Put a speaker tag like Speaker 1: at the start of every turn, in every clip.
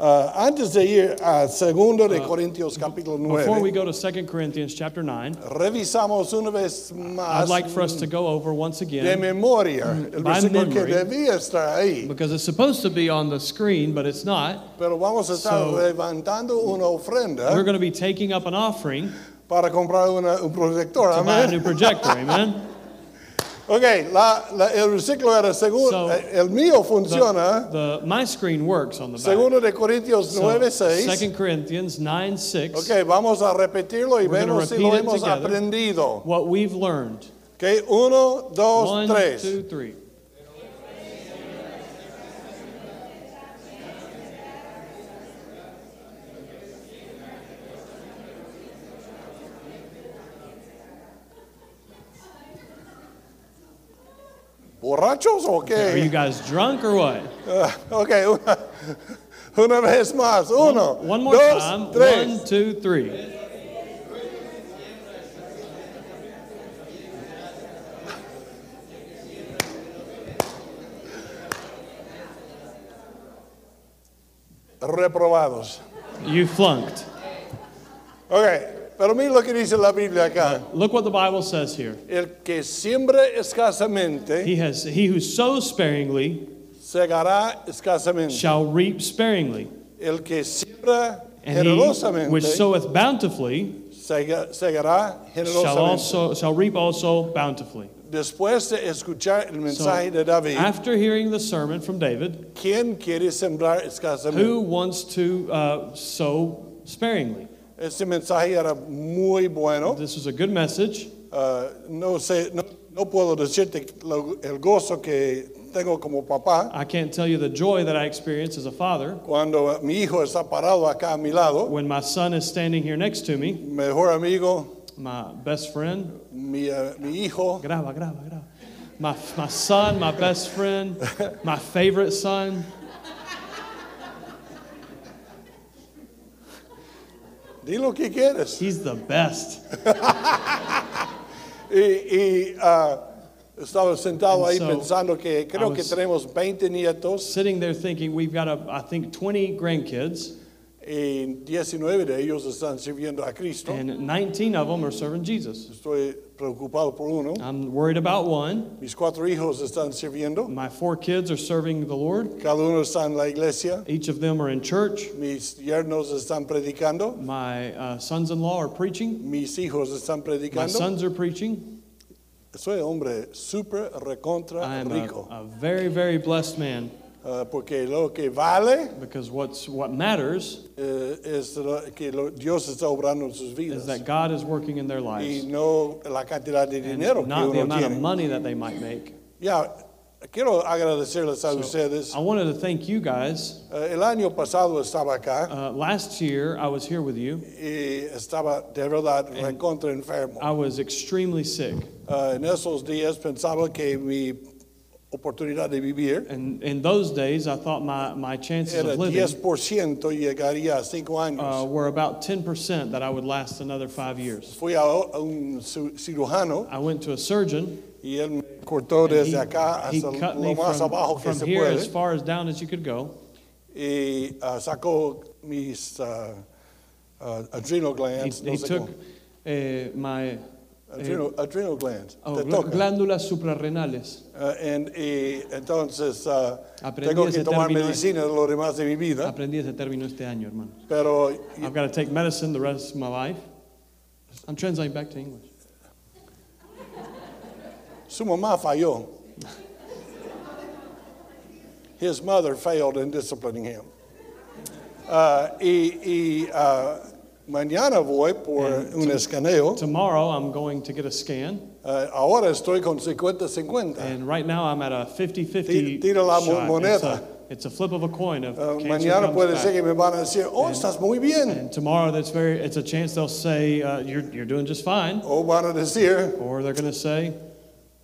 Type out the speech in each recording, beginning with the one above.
Speaker 1: Ah, antes de ir a 2 de Corintios capítulo
Speaker 2: Ah, Before we
Speaker 1: 9,
Speaker 2: go to 2 Corinthians chapter 9,
Speaker 1: revisamos una vez más
Speaker 2: I'd like for us to go over once
Speaker 1: de
Speaker 2: again
Speaker 1: memoria el
Speaker 2: by
Speaker 1: versículo
Speaker 2: memory.
Speaker 1: que debía estar ahí,
Speaker 2: because it's supposed to be on the screen, but it's not.
Speaker 1: pero vamos a estar
Speaker 2: So-
Speaker 1: levantando una
Speaker 2: We're
Speaker 1: ofrenda
Speaker 2: going to be taking up an offering
Speaker 1: para comprar una- un proyector.
Speaker 2: to buy a new
Speaker 1: Amén.
Speaker 2: projector. Amen.
Speaker 1: Ok, la- la- el versículo era segundo,
Speaker 2: So-
Speaker 1: el mío funciona,
Speaker 2: The, the- my screen works on the back.
Speaker 1: 2 de Corintios 9, 6.
Speaker 2: 2 Corinthians 9 6.
Speaker 1: Ok, vamos a repetirlo y
Speaker 2: We're gonna
Speaker 1: vemos si
Speaker 2: repeat
Speaker 1: lo
Speaker 2: it
Speaker 1: hemos
Speaker 2: together.
Speaker 1: aprendido.
Speaker 2: What we've learned.
Speaker 1: Ok, uno, dos,
Speaker 2: One,
Speaker 1: tres.
Speaker 2: two, three.
Speaker 1: ¿Borrachos o
Speaker 2: Are you
Speaker 1: qué?
Speaker 2: guys drunk or what?
Speaker 1: Ah, ok, una, una vez más. Uno,
Speaker 2: One more
Speaker 1: dos,
Speaker 2: time.
Speaker 1: tres.
Speaker 2: One, two, three.
Speaker 1: Reprobados.
Speaker 2: You flunked.
Speaker 1: Ok, pero mira lo que dice la Biblia acá.
Speaker 2: Look what the Bible says here.
Speaker 1: El que siembra escasamente,
Speaker 2: He has he who sows sparingly
Speaker 1: segará escasamente.
Speaker 2: shall reap sparingly,
Speaker 1: El que siembra
Speaker 2: and he
Speaker 1: generosamente,
Speaker 2: which soweth bountifully
Speaker 1: sega- segará
Speaker 2: shall
Speaker 1: generosamente.
Speaker 2: also shall reap also bountifully.
Speaker 1: Después de escuchar el
Speaker 2: So, ah.
Speaker 1: mensaje de David,
Speaker 2: after hearing the sermon from David,
Speaker 1: ¿quién quiere sembrar escasamente?
Speaker 2: who wants to uh, sow sparingly?
Speaker 1: Este mensaje era muy bueno.
Speaker 2: This was a good message.
Speaker 1: Ah, no sé, no, no puedo decirte lo- el gozo que tengo como papá
Speaker 2: I can't tell you the joy that I experience as a father
Speaker 1: cuando mi hijo está parado acá a mi lado,
Speaker 2: when my son is standing here next to me,
Speaker 1: mejor amigo,
Speaker 2: my best friend.
Speaker 1: mi, ah, mi hijo,
Speaker 2: Graba, graba, graba. My, my son, my best friend, my favorite son.
Speaker 1: di lo que quieres.
Speaker 2: He's the best.
Speaker 1: Y, y, ah, estaba sentado
Speaker 2: And
Speaker 1: ahí
Speaker 2: so,
Speaker 1: pensando que creo
Speaker 2: I
Speaker 1: que
Speaker 2: was-
Speaker 1: tenemos 20 nietos
Speaker 2: Sitting there thinking, we've got, a, I think, 20 grandkids,
Speaker 1: y 19 de ellos están sirviendo a Cristo.
Speaker 2: and 19 of them are serving Jesus.
Speaker 1: Estoy preocupado por uno.
Speaker 2: I'm worried about one.
Speaker 1: Mis cuatro hijos están sirviendo.
Speaker 2: My four kids are serving the Lord,
Speaker 1: Cada uno está en la iglesia.
Speaker 2: each of them are in church.
Speaker 1: Mis yernos están predicando.
Speaker 2: My uh, sons in law are preaching,
Speaker 1: Mis hijos están
Speaker 2: my
Speaker 1: predicando.
Speaker 2: sons are preaching.
Speaker 1: Soy hombre súper
Speaker 2: I
Speaker 1: recontra
Speaker 2: am a,
Speaker 1: Uh, rico.
Speaker 2: a very, very blessed man
Speaker 1: Ah, porque lo que vale
Speaker 2: because what's, what matters
Speaker 1: eh, es lo que lo- Dios está obrando en sus
Speaker 2: is
Speaker 1: vidas.
Speaker 2: that God is working in their
Speaker 1: Y
Speaker 2: lives,
Speaker 1: no la cantidad de
Speaker 2: and
Speaker 1: dinero que
Speaker 2: not the
Speaker 1: uno
Speaker 2: amount of
Speaker 1: tiene.
Speaker 2: money that they might make.
Speaker 1: Ya, quiero agradecerles a
Speaker 2: So,
Speaker 1: ustedes.
Speaker 2: I wanted to thank you guys.
Speaker 1: Eh, el año pasado estaba acá
Speaker 2: Uh, last year, I was here with you.
Speaker 1: y estaba de verdad recontra enfermo.
Speaker 2: I was extremely sick,
Speaker 1: Ah, en esos días pensaba que mi oportunidad de vivir
Speaker 2: and in those days, I thought my, my chances
Speaker 1: era
Speaker 2: of living
Speaker 1: 10% y llegaría a 5 años.
Speaker 2: uh, were about 10% that I would last another five years.
Speaker 1: Fui a, o- a un ci- cirujano
Speaker 2: I went to a surgeon.
Speaker 1: y él me cortó
Speaker 2: and
Speaker 1: desde acá
Speaker 2: he
Speaker 1: hasta
Speaker 2: cut
Speaker 1: lo
Speaker 2: me
Speaker 1: más
Speaker 2: from,
Speaker 1: abajo que
Speaker 2: from
Speaker 1: se
Speaker 2: here as
Speaker 1: puede
Speaker 2: far as down as you could go,
Speaker 1: y ah, sacó mis ah, ah, adrenal
Speaker 2: he,
Speaker 1: glands, no
Speaker 2: he
Speaker 1: sé
Speaker 2: took
Speaker 1: cómo.
Speaker 2: uh, my
Speaker 1: adrenal, adrenal glands,
Speaker 2: oh,
Speaker 1: te
Speaker 2: gl-
Speaker 1: toca.
Speaker 2: glándulas suprarrenales.
Speaker 1: Ah, en- y entonces ah,
Speaker 2: Aprendí
Speaker 1: tengo que
Speaker 2: ese
Speaker 1: tomar
Speaker 2: término. eh.
Speaker 1: medicina lo demás de mi vida,
Speaker 2: Aprendí ese término este año, hermano.
Speaker 1: pero
Speaker 2: I've got to take medicine the rest of my life. I'm translating back to English.
Speaker 1: su mamá falló. His mother failed in disciplining him. Ah, y y, ah, mañana voy por
Speaker 2: And
Speaker 1: un escaneo.
Speaker 2: Tomorrow, I'm going to get a scan,
Speaker 1: Ah, ahora estoy con 50-50.
Speaker 2: and right now I'm at a 50 50.
Speaker 1: Tira la mo-
Speaker 2: It's
Speaker 1: moneda.
Speaker 2: a, it's a flip of a coin. Of
Speaker 1: Ah,
Speaker 2: cancer
Speaker 1: mañana
Speaker 2: comes
Speaker 1: puede
Speaker 2: back.
Speaker 1: ser que me van a decir, oh, estás muy bien.
Speaker 2: And tomorrow, that's very, it's a chance they'll say, uh, you're, you're doing just fine.
Speaker 1: O van a decir,
Speaker 2: Or they're going to say,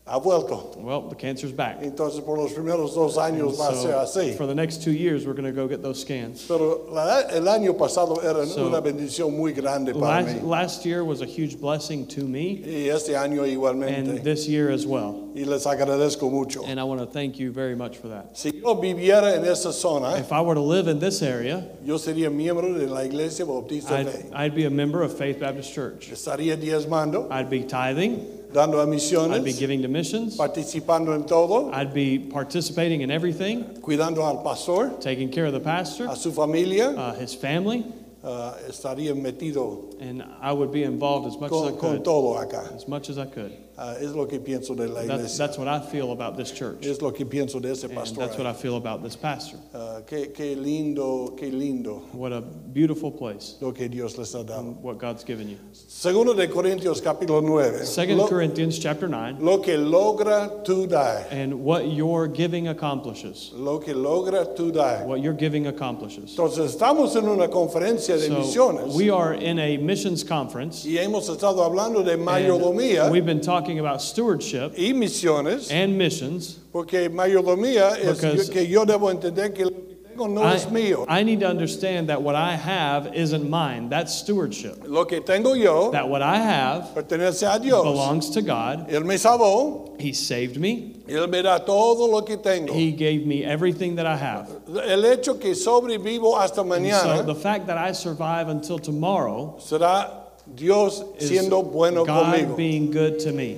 Speaker 1: ha vuelto.
Speaker 2: Well, the cancer's back.
Speaker 1: Entonces, por los primeros dos años va a ser
Speaker 2: So,
Speaker 1: así.
Speaker 2: for the next two years, we're going to go get those scans.
Speaker 1: Pero la- el año pasado era
Speaker 2: So,
Speaker 1: una bendición muy grande para
Speaker 2: Last,
Speaker 1: mí.
Speaker 2: last year was a huge blessing to me,
Speaker 1: Y este año
Speaker 2: and
Speaker 1: igualmente.
Speaker 2: this year as well.
Speaker 1: Y les agradezco mucho.
Speaker 2: And I want to thank you very much for that.
Speaker 1: Si yo viviera en esa zona,
Speaker 2: If I were to live in this area,
Speaker 1: yo sería miembro de la Iglesia Bautista
Speaker 2: I'd,
Speaker 1: Fe.
Speaker 2: I'd be a member of Faith Baptist Church.
Speaker 1: Estaría diezmando,
Speaker 2: I'd be tithing,
Speaker 1: dando a
Speaker 2: I'd be
Speaker 1: misiones,
Speaker 2: giving to missions,
Speaker 1: participando en todo,
Speaker 2: I'd be participating in everything,
Speaker 1: cuidando al pastor,
Speaker 2: taking care of the pastor,
Speaker 1: a su familia.
Speaker 2: uh, his family,
Speaker 1: ah, estaría metido
Speaker 2: and I would be involved as much as I
Speaker 1: con, con
Speaker 2: could.
Speaker 1: todo acá.
Speaker 2: As much as I could.
Speaker 1: Ah, es lo que pienso de la
Speaker 2: That's,
Speaker 1: iglesia.
Speaker 2: that's what I feel about this church.
Speaker 1: Es lo que pienso de ese
Speaker 2: And that's what
Speaker 1: pastor.
Speaker 2: I feel about this pastor.
Speaker 1: Ah, qué, qué lindo, qué lindo
Speaker 2: What a beautiful place,
Speaker 1: lo que Dios les ha dado.
Speaker 2: what God's given you.
Speaker 1: Segundo de Corintios capítulo 9.
Speaker 2: Second
Speaker 1: Lo,
Speaker 2: Corinthians chapter 9,
Speaker 1: lo que logra tú dar.
Speaker 2: and what your giving accomplishes.
Speaker 1: Lo que logra tú dar.
Speaker 2: What your giving accomplishes.
Speaker 1: Entonces estamos en una conferencia de
Speaker 2: So
Speaker 1: misiones
Speaker 2: we are in a missions conference.
Speaker 1: y hemos estado hablando de mayordomía
Speaker 2: And we've been talking about stewardship
Speaker 1: y misiones
Speaker 2: and missions.
Speaker 1: porque mayordomía es
Speaker 2: Because-
Speaker 1: yo- que yo debo entender que lo que tengo no es mío.
Speaker 2: I need to understand that what I have isn't mine. That's stewardship.
Speaker 1: Lo que tengo yo
Speaker 2: That what I have
Speaker 1: pertenece a Dios.
Speaker 2: belongs to God.
Speaker 1: Él me salvó,
Speaker 2: He saved me.
Speaker 1: Él me da todo lo que tengo.
Speaker 2: He gave me everything that I have.
Speaker 1: El hecho que sobrevivo hasta
Speaker 2: And so
Speaker 1: mañana
Speaker 2: the fact that I survive until tomorrow
Speaker 1: será Dios
Speaker 2: is
Speaker 1: siendo bueno
Speaker 2: God
Speaker 1: conmigo.
Speaker 2: being good to me.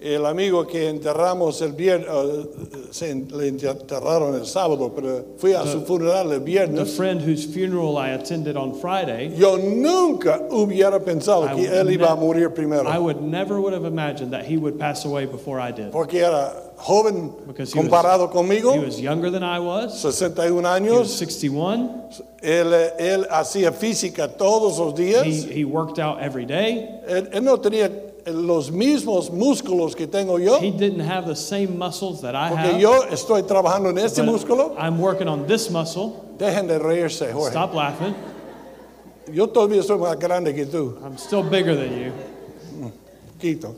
Speaker 1: El amigo que enterramos el viernes, se en- le enterraron el sábado, pero fui a su funeral el
Speaker 2: The
Speaker 1: viernes.
Speaker 2: friend whose funeral I attended on Friday,
Speaker 1: Yo nunca hubiera pensado
Speaker 2: I
Speaker 1: que
Speaker 2: would
Speaker 1: él iba a
Speaker 2: ne-
Speaker 1: morir primero,
Speaker 2: I would never would have imagined that he would pass away before I did.
Speaker 1: porque era joven
Speaker 2: Because he was-
Speaker 1: comparado conmigo,
Speaker 2: He was younger than I was.
Speaker 1: 61
Speaker 2: He was
Speaker 1: años.
Speaker 2: 61.
Speaker 1: Él, eh, él hacía física todos los días.
Speaker 2: He, he worked out every day.
Speaker 1: él, él no tenía los mismos músculos que tengo yo,
Speaker 2: He didn't have the same muscles that I
Speaker 1: porque
Speaker 2: have.
Speaker 1: yo estoy trabajando en este
Speaker 2: but
Speaker 1: músculo.
Speaker 2: I'm working on this muscle.
Speaker 1: Dejen de reírse, Jorge.
Speaker 2: Stop laughing.
Speaker 1: Yo todavía soy más grande que tú.
Speaker 2: I'm still bigger than you.
Speaker 1: Quito.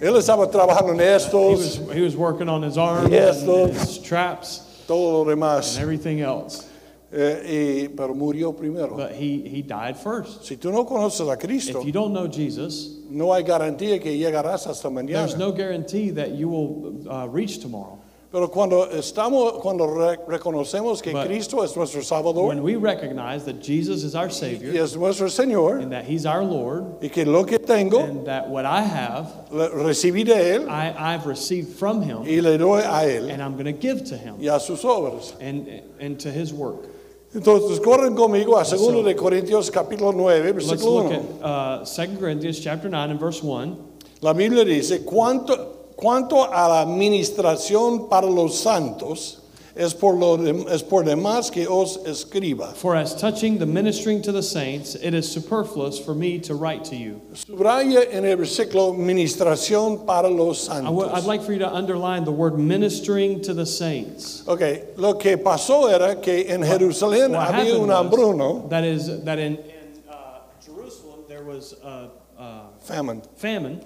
Speaker 1: Él estaba trabajando en
Speaker 2: He
Speaker 1: estos,
Speaker 2: was, he was working on his arms,
Speaker 1: Yes,
Speaker 2: and
Speaker 1: Lord.
Speaker 2: his traps.
Speaker 1: todo lo
Speaker 2: and
Speaker 1: demás,
Speaker 2: everything else.
Speaker 1: Eh, y- pero murió primero.
Speaker 2: But he, he died first.
Speaker 1: Si tú no conoces a Cristo,
Speaker 2: If you don't know Jesus,
Speaker 1: no hay garantía que llegarás hasta mañana.
Speaker 2: there's no guarantee that you will uh, reach tomorrow.
Speaker 1: pero cuando estamos, cuando re- reconocemos que
Speaker 2: But-
Speaker 1: Cristo es nuestro Salvador
Speaker 2: When we recognize that Jesus is our
Speaker 1: y
Speaker 2: Savior
Speaker 1: es nuestro Señor,
Speaker 2: and that He's our Lord
Speaker 1: y que lo que tengo
Speaker 2: and that what I have,
Speaker 1: le- recibí de él
Speaker 2: I, I've received from Him
Speaker 1: y le doy a él
Speaker 2: and I'm going to give to Him
Speaker 1: y a sus obras.
Speaker 2: and, and to His work.
Speaker 1: Entonces corren conmigo a 2
Speaker 2: So-
Speaker 1: de Corintios capítulo 9,
Speaker 2: Let's
Speaker 1: versículo
Speaker 2: look
Speaker 1: 1.
Speaker 2: at uh, 2 Corinthians chapter 9 and verse 1.
Speaker 1: La Biblia dice, cuanto, cuanto a la administración para los santos, es por, lo dem- es por demás que os escriba.
Speaker 2: For as touching the ministering to the saints, it is superfluous for me to write to you.
Speaker 1: Subraya en el versículo administración para los
Speaker 2: I w- I'd
Speaker 1: santos.
Speaker 2: like for you to underline the word ministering to the saints.
Speaker 1: Ok, lo que pasó era que en Jerusalén
Speaker 2: What
Speaker 1: había
Speaker 2: happened
Speaker 1: un
Speaker 2: was,
Speaker 1: hambruno,
Speaker 2: That is, that in, in uh, Jerusalem there was a, uh
Speaker 1: famine,
Speaker 2: famine.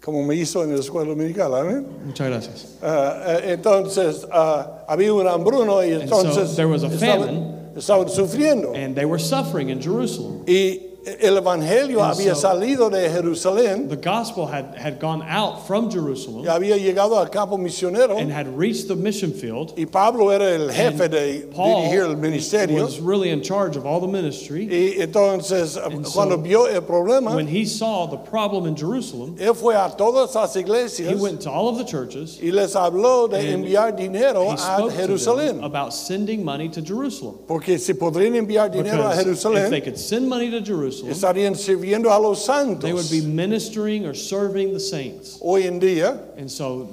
Speaker 1: como me hizo en la escuela dominical, ¿amén?
Speaker 2: Muchas gracias.
Speaker 1: Ah, eh, entonces, ah, había un hambruno y
Speaker 2: so
Speaker 1: entonces
Speaker 2: there was a
Speaker 1: estaban,
Speaker 2: famine.
Speaker 1: estaban sufriendo.
Speaker 2: And they were suffering in Jerusalem.
Speaker 1: Y el evangelio
Speaker 2: And
Speaker 1: había
Speaker 2: so-
Speaker 1: salido de Jerusalén
Speaker 2: The gospel had, had gone out from
Speaker 1: Y
Speaker 2: Jerusalem
Speaker 1: había llegado al campo misionero
Speaker 2: and had reached the mission field.
Speaker 1: y Pablo era el jefe
Speaker 2: And
Speaker 1: de
Speaker 2: Paul
Speaker 1: dirigir el ministerio.
Speaker 2: was really in charge of all the ministry.
Speaker 1: y entonces um,
Speaker 2: so-
Speaker 1: cuando vio el problema,
Speaker 2: When he saw the problem in Jerusalem,
Speaker 1: él fue a todas las iglesias
Speaker 2: he went to all of the churches.
Speaker 1: y les habló de
Speaker 2: And
Speaker 1: enviar dinero
Speaker 2: He
Speaker 1: a
Speaker 2: spoke to them
Speaker 1: Jerusalén.
Speaker 2: about sending money to Jerusalem.
Speaker 1: Porque si podrían enviar dinero a
Speaker 2: Because if they
Speaker 1: Jerusalén,
Speaker 2: could send money to Jerusalem,
Speaker 1: estarían sirviendo a los
Speaker 2: They would
Speaker 1: santos.
Speaker 2: be ministering or serving the saints.
Speaker 1: Hoy en día,
Speaker 2: And so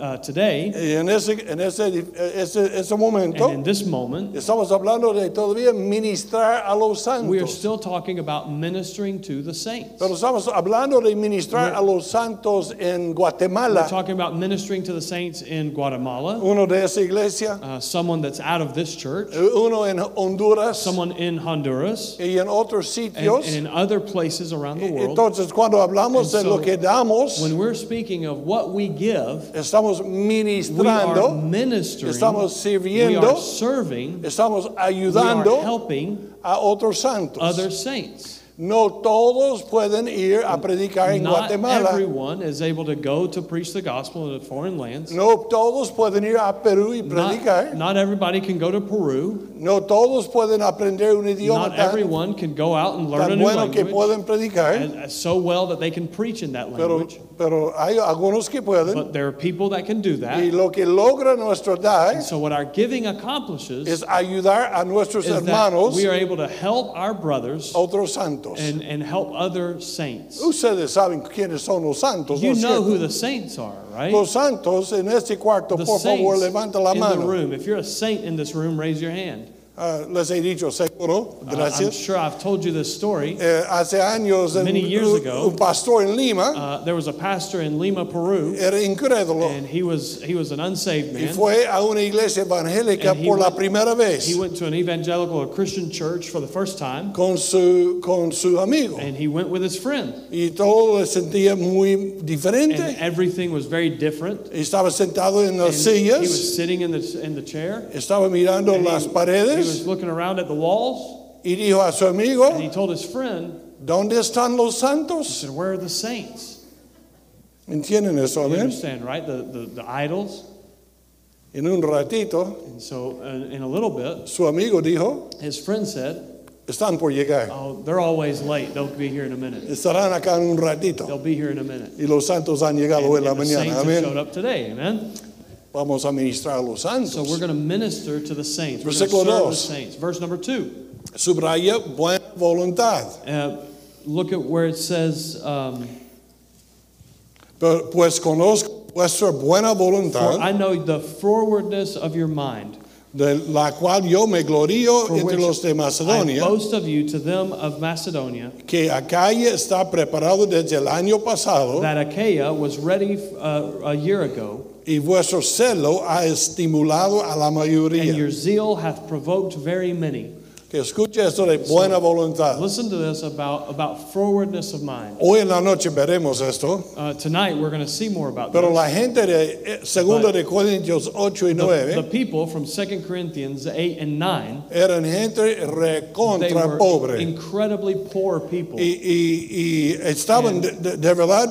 Speaker 2: uh, today
Speaker 1: Y en ese, en ese, ese, ese momento,
Speaker 2: and in this moment,
Speaker 1: estamos hablando de todavía ministrar a los
Speaker 2: we are
Speaker 1: santos.
Speaker 2: still talking about ministering to the saints.
Speaker 1: Pero estamos hablando de ministrar a los santos en
Speaker 2: We're
Speaker 1: Guatemala,
Speaker 2: talking about ministering to the saints in Guatemala,
Speaker 1: uno de esa iglesia, eh,
Speaker 2: uh, someone that's out of this church,
Speaker 1: uno en Honduras
Speaker 2: someone in Honduras,
Speaker 1: y en otros
Speaker 2: and,
Speaker 1: sitios.
Speaker 2: and in other places around the world.
Speaker 1: Entonces, cuando hablamos de
Speaker 2: And
Speaker 1: lo
Speaker 2: so,
Speaker 1: que damos,
Speaker 2: When we're speaking of what we give,
Speaker 1: estamos
Speaker 2: we are
Speaker 1: ministrando,
Speaker 2: ministering,
Speaker 1: estamos
Speaker 2: we are
Speaker 1: sirviendo,
Speaker 2: serving,
Speaker 1: estamos
Speaker 2: we are
Speaker 1: ayudando
Speaker 2: helping
Speaker 1: a otros santos.
Speaker 2: other saints.
Speaker 1: No todos pueden ir a predicar en
Speaker 2: Not
Speaker 1: Guatemala.
Speaker 2: everyone is able to go to preach the gospel in foreign lands.
Speaker 1: No todos pueden ir a Perú y
Speaker 2: Not,
Speaker 1: predicar.
Speaker 2: not everybody can go to Peru.
Speaker 1: No todos pueden aprender un idioma
Speaker 2: Not
Speaker 1: tan,
Speaker 2: everyone can go out and learn a
Speaker 1: tan
Speaker 2: new
Speaker 1: bueno que
Speaker 2: language
Speaker 1: pueden predicar.
Speaker 2: and, uh, so well that they can preach in that
Speaker 1: Pero,
Speaker 2: language.
Speaker 1: pero hay algunos que pueden.
Speaker 2: But there are people that can
Speaker 1: Y
Speaker 2: do that.
Speaker 1: lo que logra nuestro DAI
Speaker 2: So what our giving accomplishes
Speaker 1: es ayudar a nuestros
Speaker 2: is that
Speaker 1: hermanos, Oh,
Speaker 2: we are able to help our brothers
Speaker 1: otros santos.
Speaker 2: and, and help other saints.
Speaker 1: Ustedes saben quiénes son los santos. ¿no
Speaker 2: You
Speaker 1: es
Speaker 2: know
Speaker 1: cierto?
Speaker 2: who the saints are, right?
Speaker 1: los santos en este cuarto,
Speaker 2: The
Speaker 1: por favor,
Speaker 2: saints
Speaker 1: levanta la
Speaker 2: in the
Speaker 1: mano.
Speaker 2: room. If you're a saint in this room, raise your hand.
Speaker 1: Ah, les he dicho seguro,
Speaker 2: Uh, I'm
Speaker 1: gracias.
Speaker 2: sure I've told you this story.
Speaker 1: Eh, hace años, en-
Speaker 2: Many years
Speaker 1: un,
Speaker 2: ago,
Speaker 1: un pastor en Lima
Speaker 2: Uh, there was a pastor in Lima, Peru,
Speaker 1: era incrédulo
Speaker 2: uh, and he was he was an unsaved
Speaker 1: y
Speaker 2: man.
Speaker 1: fue a una iglesia evangélica
Speaker 2: And he
Speaker 1: por la
Speaker 2: went-
Speaker 1: primera vez
Speaker 2: He went to an evangelical or Christian church for the first time,
Speaker 1: con, su, con su amigo
Speaker 2: and he went with his friend.
Speaker 1: y todo le sentía muy diferente.
Speaker 2: And everything was very different.
Speaker 1: Estaba sentado en las
Speaker 2: And he
Speaker 1: sillas,
Speaker 2: was sitting in the in the chair.
Speaker 1: estaba mirando
Speaker 2: and he-
Speaker 1: las
Speaker 2: He
Speaker 1: paredes
Speaker 2: was looking around at the walls,
Speaker 1: y dijo a su amigo,
Speaker 2: and he told his friend,
Speaker 1: ¿dónde están los
Speaker 2: he
Speaker 1: santos?
Speaker 2: said, "Where are the saints?
Speaker 1: ¿Entienden eso?
Speaker 2: You
Speaker 1: amén?
Speaker 2: understand, right? The the, the idols."
Speaker 1: En un ratito,
Speaker 2: And so, uh, in a little bit,
Speaker 1: su amigo dijo,
Speaker 2: his friend said,
Speaker 1: están por llegar,
Speaker 2: "Oh, they're always late. They'll be here in a minute.
Speaker 1: estarán acá en un ratito.
Speaker 2: They'll be here in a minute."
Speaker 1: Y los santos han llegado
Speaker 2: And-
Speaker 1: en la
Speaker 2: and the saints
Speaker 1: mañana,
Speaker 2: have
Speaker 1: amén.
Speaker 2: showed up today, amen.
Speaker 1: Vamos a ministrar a los
Speaker 2: So we're
Speaker 1: santos.
Speaker 2: going to minister to the saints. We're
Speaker 1: Versículo
Speaker 2: going to serve the
Speaker 1: dos.
Speaker 2: saints. Verse number two.
Speaker 1: Subraya buena voluntad.
Speaker 2: Uh, look at where it says, um,
Speaker 1: Pero, Pues conozco vuestra buena
Speaker 2: "For
Speaker 1: voluntad,
Speaker 2: I know the forwardness of your mind.
Speaker 1: de la cual yo me glorío
Speaker 2: For
Speaker 1: entre
Speaker 2: which
Speaker 1: los de
Speaker 2: I
Speaker 1: Macedonia.
Speaker 2: boast of you to them of Macedonia,
Speaker 1: que Acaya está preparado desde el año pasado
Speaker 2: that Achaia was ready uh, a year ago,
Speaker 1: y vuestro celo ha estimulado a la
Speaker 2: and
Speaker 1: mayoría.
Speaker 2: your zeal hath provoked very many."
Speaker 1: Que escuche esto de buena voluntad.
Speaker 2: Listen to this about about forwardness of mind.
Speaker 1: Hoy en la noche veremos esto,
Speaker 2: Uh, tonight we're going to see more about
Speaker 1: pero
Speaker 2: this.
Speaker 1: la gente de 2 de Corintios 8 y
Speaker 2: The,
Speaker 1: 9
Speaker 2: the people from 2 Corinthians 8 and 9,
Speaker 1: eran gente
Speaker 2: they
Speaker 1: recontra
Speaker 2: were
Speaker 1: pobre
Speaker 2: incredibly poor people.
Speaker 1: y, y- y estaban de, de- de verdad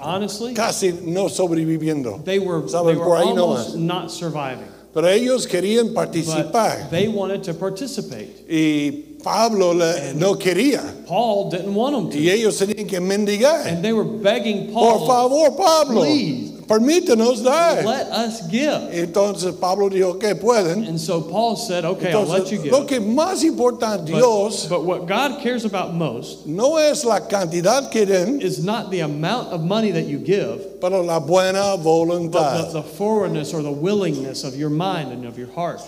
Speaker 2: Honestly,
Speaker 1: casi no sobreviviendo.
Speaker 2: they were,
Speaker 1: Saben,
Speaker 2: they were
Speaker 1: por ahí
Speaker 2: almost not surviving,
Speaker 1: Pero ellos querían
Speaker 2: but
Speaker 1: participar
Speaker 2: they wanted to participate.
Speaker 1: y Pablo le- no quería
Speaker 2: Paul didn't want them to,
Speaker 1: y ellos tenían que mendigar.
Speaker 2: and they were begging
Speaker 1: Por
Speaker 2: Paul,
Speaker 1: favor, Pablo,
Speaker 2: Please.
Speaker 1: permítenos dar.
Speaker 2: let us give.
Speaker 1: Entonces Pablo dijo que pueden.
Speaker 2: And so Paul said, okay, I'll let you
Speaker 1: Entonces, lo
Speaker 2: give.
Speaker 1: que más importante,
Speaker 2: But,
Speaker 1: Dios,
Speaker 2: but what God cares about most
Speaker 1: no es la cantidad que den,
Speaker 2: is not the amount of money that you give,
Speaker 1: pero la buena
Speaker 2: but
Speaker 1: voluntad.
Speaker 2: the, the forwardness or the willingness of your mind and of your heart.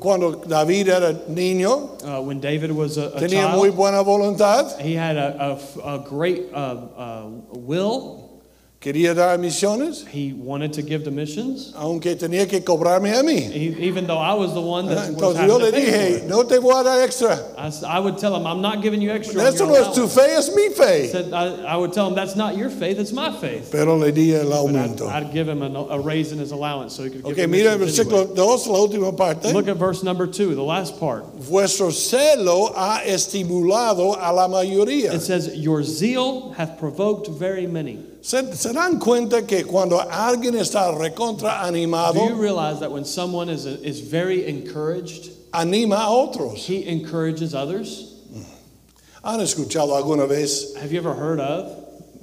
Speaker 1: Cuando David era niño,
Speaker 2: Uh, when David was a, a
Speaker 1: tenía muy
Speaker 2: child,
Speaker 1: buena voluntad,
Speaker 2: he had a, a, a great uh, uh, will.
Speaker 1: quería dar misiones,
Speaker 2: He wanted to give to missions.
Speaker 1: aunque tenía que cobrarme a mí.
Speaker 2: He, even though I was Uh-huh. the one that was
Speaker 1: Entonces
Speaker 2: having
Speaker 1: yo
Speaker 2: to
Speaker 1: le
Speaker 2: pay for
Speaker 1: dije,
Speaker 2: it.
Speaker 1: no te voy a dar extra.
Speaker 2: I, s- I would tell him, I'm not giving you extra. on
Speaker 1: Eso
Speaker 2: your
Speaker 1: no es
Speaker 2: allowance."
Speaker 1: tu fe, es mi
Speaker 2: I
Speaker 1: fe.
Speaker 2: said, I, I would tell him, that's not your faith, it's my faith.
Speaker 1: Pero le di el
Speaker 2: But I'd,
Speaker 1: aumento.
Speaker 2: I'd give him an, a raise in his allowance so he could give
Speaker 1: Ok,
Speaker 2: to
Speaker 1: mira el
Speaker 2: missions anyway.
Speaker 1: versículo 2, la última parte.
Speaker 2: Look at verse number two, the last part.
Speaker 1: Vuestro celo ha estimulado a la mayoría.
Speaker 2: It says, Your zeal hath provoked very many.
Speaker 1: ¿Se, se dan cuenta que cuando alguien está recontra
Speaker 2: Do you
Speaker 1: animado,
Speaker 2: realize that when someone is, is very encouraged,
Speaker 1: anima a otros?
Speaker 2: he encourages others?
Speaker 1: ¿Han escuchado alguna vez
Speaker 2: Have you ever heard of,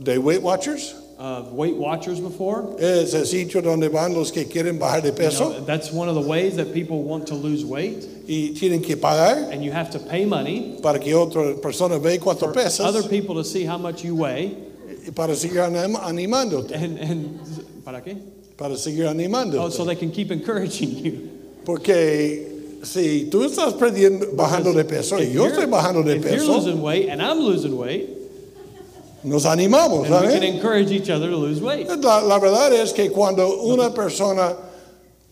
Speaker 1: de Weight Watchers?
Speaker 2: of Weight Watchers before?
Speaker 1: Es el sitio donde van los que quieren bajar de
Speaker 2: You
Speaker 1: peso
Speaker 2: know, that's one of the ways that people want to lose weight,
Speaker 1: y tienen que pagar
Speaker 2: and you have to pay money
Speaker 1: para que otra persona vea cuatro
Speaker 2: for other
Speaker 1: pesos
Speaker 2: people to see how much you weigh.
Speaker 1: y para seguir anim- animándote.
Speaker 2: And, and ¿para qué?
Speaker 1: para seguir animando.
Speaker 2: Oh, so they can keep encouraging you.
Speaker 1: Porque si tú estás perdiendo, bajando de peso y yo
Speaker 2: you're-
Speaker 1: estoy bajando de
Speaker 2: if you're
Speaker 1: peso,
Speaker 2: losing weight and I'm losing weight,
Speaker 1: nos animamos,
Speaker 2: then we can
Speaker 1: ¿sabes?
Speaker 2: encourage each other to lose weight.
Speaker 1: La, É la verdad es que cuando una persona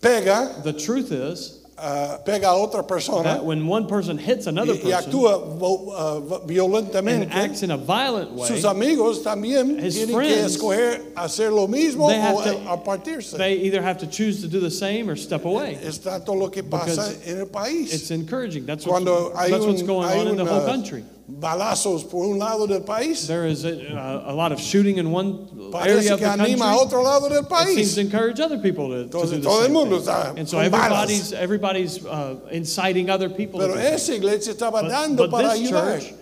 Speaker 1: pega,
Speaker 2: The truth is
Speaker 1: ah, pega a otra persona
Speaker 2: that when one person hits another
Speaker 1: y, y
Speaker 2: person
Speaker 1: actúa vo- ah,
Speaker 2: and
Speaker 1: violentamente,
Speaker 2: acts Né? in a violent way,
Speaker 1: sus amigos también
Speaker 2: His
Speaker 1: tienen que
Speaker 2: friends,
Speaker 1: escoger hacer lo mismo
Speaker 2: they have
Speaker 1: o
Speaker 2: to-
Speaker 1: a- apartarse.
Speaker 2: they either have to choose to do the same or step away.
Speaker 1: es tanto lo que pasa
Speaker 2: Because
Speaker 1: en el país.
Speaker 2: It's encouraging. That's what's,
Speaker 1: Cuando hay,
Speaker 2: that's what's
Speaker 1: un-
Speaker 2: going
Speaker 1: hay
Speaker 2: on in the
Speaker 1: un,
Speaker 2: whole
Speaker 1: ah,
Speaker 2: country.
Speaker 1: balazos por un lado del país,
Speaker 2: There is a, a, a lot of shooting in one area
Speaker 1: parece
Speaker 2: of
Speaker 1: que
Speaker 2: the country.
Speaker 1: anima a otro lado del
Speaker 2: It seems
Speaker 1: país.
Speaker 2: to encourage other people to, to
Speaker 1: Entonces,
Speaker 2: do the
Speaker 1: todo el
Speaker 2: same
Speaker 1: mundo
Speaker 2: thing.
Speaker 1: está
Speaker 2: And so
Speaker 1: con balas.
Speaker 2: everybody's, everybody's uh, inciting other people. to
Speaker 1: Pero
Speaker 2: do things.
Speaker 1: esa iglesia estaba
Speaker 2: but,
Speaker 1: dando
Speaker 2: but
Speaker 1: para
Speaker 2: this
Speaker 1: ayudar.
Speaker 2: church,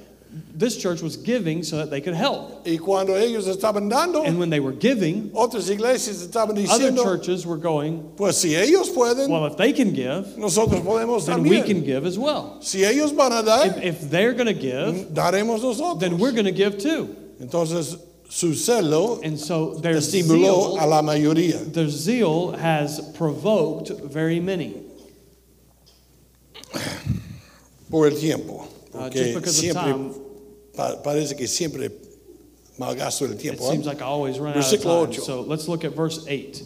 Speaker 2: this church was giving so that they could help.
Speaker 1: y cuando ellos estaban dando,
Speaker 2: And when they were giving,
Speaker 1: otras iglesias estaban
Speaker 2: other
Speaker 1: diciendo,
Speaker 2: churches were going,
Speaker 1: pues si ellos pueden,
Speaker 2: well, if they can give,
Speaker 1: nosotros podemos
Speaker 2: then we
Speaker 1: también.
Speaker 2: can give as well.
Speaker 1: si ellos van a dar,
Speaker 2: If, if they're going to give,
Speaker 1: daremos nosotros.
Speaker 2: then we're going to give too.
Speaker 1: Entonces, su celo
Speaker 2: And so their
Speaker 1: estimuló a
Speaker 2: zeal,
Speaker 1: la mayoría.
Speaker 2: their zeal has provoked very many.
Speaker 1: por el tiempo.
Speaker 2: Uh,
Speaker 1: Porque
Speaker 2: just because of
Speaker 1: siempre,
Speaker 2: time.
Speaker 1: pa- parece que siempre malgasto el
Speaker 2: It
Speaker 1: tiempo. ¿eh?
Speaker 2: seems like I always run out of
Speaker 1: Versículo
Speaker 2: time.
Speaker 1: ocho.
Speaker 2: So let's look at verse 8.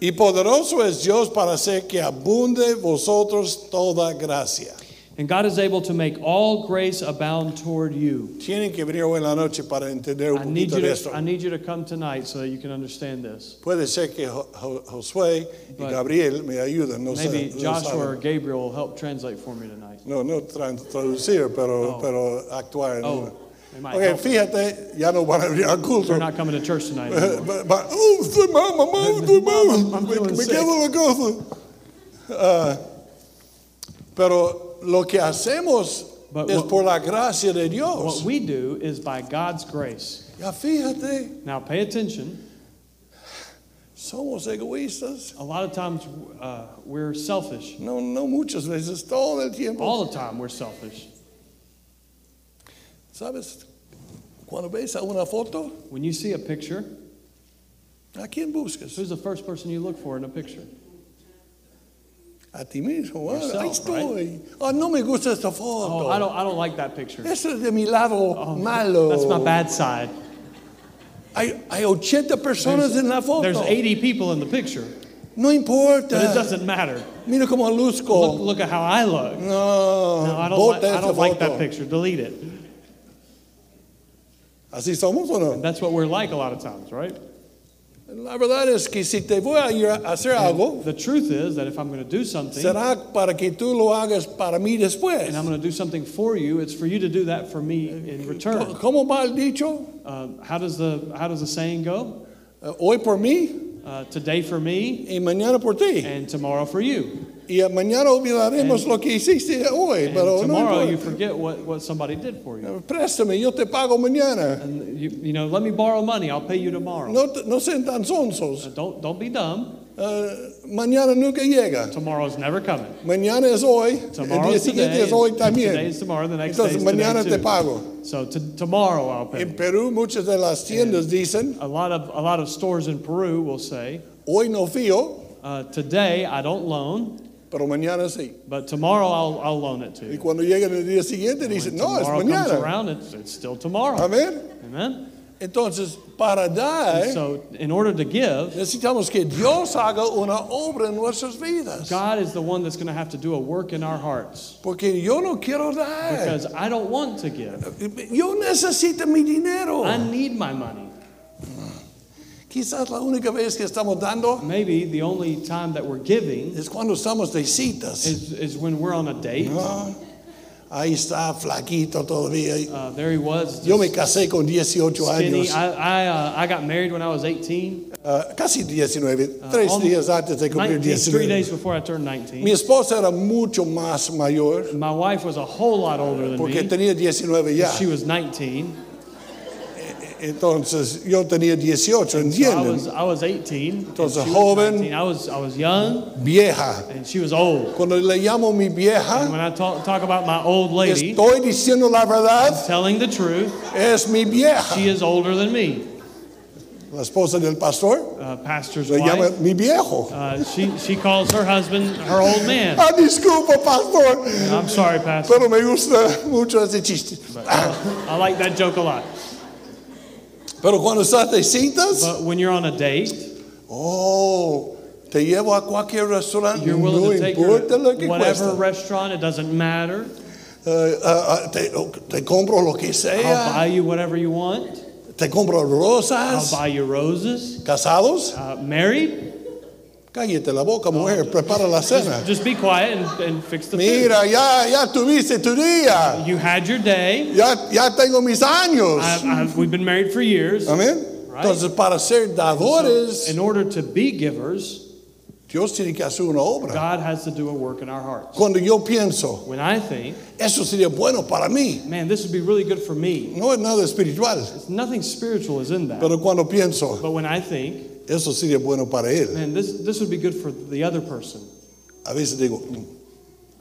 Speaker 1: Y poderoso es Dios para hacer que abunde vosotros toda gracia.
Speaker 2: And God is able to make all grace abound toward you.
Speaker 1: Tienen que venir hoy en la noche para entender un
Speaker 2: I need
Speaker 1: poquito
Speaker 2: you
Speaker 1: de
Speaker 2: to,
Speaker 1: esto.
Speaker 2: I need you to come tonight so that you can understand this.
Speaker 1: Puede ser que Jo- Jo- Josué y
Speaker 2: But
Speaker 1: Gabriel me ayuden. No, sé,
Speaker 2: Maybe
Speaker 1: no
Speaker 2: Joshua or
Speaker 1: saben.
Speaker 2: Gabriel will help translate for me tonight.
Speaker 1: no, no tra- traducir, pero,
Speaker 2: Oh.
Speaker 1: pero actuar. ¿no?
Speaker 2: Oh, they might
Speaker 1: Ok,
Speaker 2: help.
Speaker 1: fíjate, ya no van a venir al culto.
Speaker 2: They're not coming to church tonight
Speaker 1: Eh,
Speaker 2: anymore.
Speaker 1: ba- ba- oh, estoy mal, mamá, estoy
Speaker 2: I'm-
Speaker 1: mal.
Speaker 2: I'm
Speaker 1: Me,
Speaker 2: feeling
Speaker 1: me
Speaker 2: sick.
Speaker 1: quedo la cosa. Ah, pero lo que hacemos
Speaker 2: But
Speaker 1: es
Speaker 2: what-
Speaker 1: por la gracia de
Speaker 2: What
Speaker 1: Dios.
Speaker 2: we do is by God's grace.
Speaker 1: ya fíjate,
Speaker 2: Now pay attention.
Speaker 1: somos egoístas.
Speaker 2: A lot of times uh, we're selfish.
Speaker 1: No, no muchas veces, todo el tiempo.
Speaker 2: All the time we're selfish.
Speaker 1: ¿Sabes? Cuando ves a una foto,
Speaker 2: When you see a picture,
Speaker 1: ¿a quién buscas?
Speaker 2: who's the first person you look for in a picture?
Speaker 1: A ti mismo. Ah,
Speaker 2: Yourself,
Speaker 1: ahí estoy. Ah, no me gusta esta foto.
Speaker 2: Oh, I don't, I don't like that picture.
Speaker 1: Eso es de mi lado
Speaker 2: Oh,
Speaker 1: malo.
Speaker 2: That's my bad side.
Speaker 1: Hay, hay 80 personas en la foto.
Speaker 2: There's 80 people in the picture,
Speaker 1: No
Speaker 2: but it
Speaker 1: importa.
Speaker 2: doesn't matter.
Speaker 1: Mira cómo
Speaker 2: Look,
Speaker 1: luzco.
Speaker 2: look at how I look.
Speaker 1: No,
Speaker 2: No, I don't,
Speaker 1: bota
Speaker 2: like, I
Speaker 1: esa
Speaker 2: don't like that
Speaker 1: foto.
Speaker 2: picture. Delete it.
Speaker 1: Así somos o no.
Speaker 2: That's what we're like a lot of times, right?
Speaker 1: La verdad es que si te voy a ir a hacer algo,
Speaker 2: The truth is that if I'm going to do something
Speaker 1: será para que tú lo hagas para mí después.
Speaker 2: and I'm going to do something for you, it's for you to do that for me in return.
Speaker 1: ¿Cómo va el dicho?
Speaker 2: Um, how does the how does the saying go?
Speaker 1: Eh, Hoy por mí
Speaker 2: Uh, today for me
Speaker 1: y mañana por ti.
Speaker 2: and tomorrow for you.
Speaker 1: Y eh, mañana olvidaremos lo que hiciste hoy,
Speaker 2: And
Speaker 1: pero oh, no
Speaker 2: tomorrow you
Speaker 1: importa.
Speaker 2: forget what, what somebody did for you.
Speaker 1: Eh, Préstame, yo te pago mañana.
Speaker 2: And you, you know, let me borrow money. I'll pay you tomorrow.
Speaker 1: No, te- no sean tan sonsos.
Speaker 2: So don't don't be dumb.
Speaker 1: Eh, mañana nunca llega.
Speaker 2: Tomorrow's never coming.
Speaker 1: Mañana es hoy. El día
Speaker 2: Tomorrow's
Speaker 1: siguiente
Speaker 2: today,
Speaker 1: es hoy
Speaker 2: and
Speaker 1: también.
Speaker 2: today is tomorrow, the next day
Speaker 1: Entonces
Speaker 2: is today
Speaker 1: mañana te
Speaker 2: too.
Speaker 1: pago.
Speaker 2: So to, tomorrow I'll pay.
Speaker 1: En Perú muchas de las
Speaker 2: Eh.
Speaker 1: tiendas dicen,
Speaker 2: A lot of a lot of stores in Peru will say,
Speaker 1: hoy no fío,
Speaker 2: uh, today I don't loan,
Speaker 1: pero mañana sí.
Speaker 2: but tomorrow I'll, I'll loan it to
Speaker 1: Y
Speaker 2: you.
Speaker 1: cuando llegan el día siguiente dicen,
Speaker 2: When
Speaker 1: no, es
Speaker 2: tomorrow comes
Speaker 1: mañana.
Speaker 2: around, it's, it's still tomorrow.
Speaker 1: Amén.
Speaker 2: Amen.
Speaker 1: Entonces, para dar,
Speaker 2: So in order to give,
Speaker 1: necesitamos que Dios haga una obra en nuestras vidas.
Speaker 2: God is the one that's going to have to do a work in our hearts
Speaker 1: Porque yo no quiero dar.
Speaker 2: because I don't want to give.
Speaker 1: Yo necesito mi dinero.
Speaker 2: I need my money.
Speaker 1: Quizás la única vez que estamos dando
Speaker 2: Maybe the only time that we're giving
Speaker 1: es cuando estamos de citas.
Speaker 2: is, is when we're on a date.
Speaker 1: Ah, Ahí está, flaquito todavía.
Speaker 2: Uh, there he was.
Speaker 1: Yo me casé con 18
Speaker 2: Skinny.
Speaker 1: años.
Speaker 2: I, I, uh, I got married when I was 18.
Speaker 1: Ah, casi 19, tres
Speaker 2: almost
Speaker 1: días antes de cumplir
Speaker 2: 19, Ah, three
Speaker 1: 19.
Speaker 2: days before I turned 19.
Speaker 1: Mi esposa era mucho más mayor
Speaker 2: My wife was a whole lot older than
Speaker 1: porque
Speaker 2: me.
Speaker 1: tenía 19 ya.
Speaker 2: She was 19.
Speaker 1: Entonces yo tenía 18,
Speaker 2: So I
Speaker 1: ¿entienden?
Speaker 2: was I was 18. and
Speaker 1: Entonces,
Speaker 2: she was
Speaker 1: joven.
Speaker 2: 19. I was I was young
Speaker 1: Vieja.
Speaker 2: and she was old.
Speaker 1: Cuando le llamo mi
Speaker 2: And
Speaker 1: vieja,
Speaker 2: when I talk talk about my old lady,
Speaker 1: estoy diciendo la verdad,
Speaker 2: telling the truth,
Speaker 1: es mi vieja.
Speaker 2: she is older than me.
Speaker 1: La esposa del pastor
Speaker 2: uh, pastor's
Speaker 1: le llama
Speaker 2: wife.
Speaker 1: mi viejo.
Speaker 2: Uh, she, she calls her husband her old man.
Speaker 1: Ah, disculpa, pastor,
Speaker 2: I'm sorry, Pastor.
Speaker 1: pero me gusta mucho ese chiste.
Speaker 2: I like that joke a lot.
Speaker 1: Pero cuando estás de citas,
Speaker 2: But when you're on a date,
Speaker 1: oh, te llevo a cualquier restaurante,
Speaker 2: you're willing
Speaker 1: no
Speaker 2: to take her
Speaker 1: importa lo que
Speaker 2: to whatever
Speaker 1: cuesta.
Speaker 2: restaurant, it doesn't matter.
Speaker 1: Eh, ah, ah, te, te compro lo que
Speaker 2: I'll
Speaker 1: sea,
Speaker 2: buy you whatever you want.
Speaker 1: te compro
Speaker 2: I'll
Speaker 1: rosas.
Speaker 2: buy you roses.
Speaker 1: ¿Casados?
Speaker 2: Uh, married?
Speaker 1: Cállate la boca, mujer, prepara la cena.
Speaker 2: Just be quiet and, and fix the food.
Speaker 1: Mira, ya, ya tuviste tu día.
Speaker 2: You had your day.
Speaker 1: Ya, ya tengo mis años.
Speaker 2: I've, I've, we've been married for years.
Speaker 1: Um, Amén.
Speaker 2: Right.
Speaker 1: Entonces, para ser dadores,
Speaker 2: In order to be givers,
Speaker 1: Dios tiene que hacer una obra.
Speaker 2: God has to do a work in our hearts.
Speaker 1: Cuando yo pienso,
Speaker 2: When I think,
Speaker 1: eso sería bueno para mí,
Speaker 2: man, this would be really good for me,
Speaker 1: no es nada espiritual,
Speaker 2: it's nothing spiritual is in that.
Speaker 1: pero cuando pienso,
Speaker 2: But when I think,
Speaker 1: eso sería bueno para él,
Speaker 2: man, this, this would be good for the other person,
Speaker 1: a veces digo, "Mm,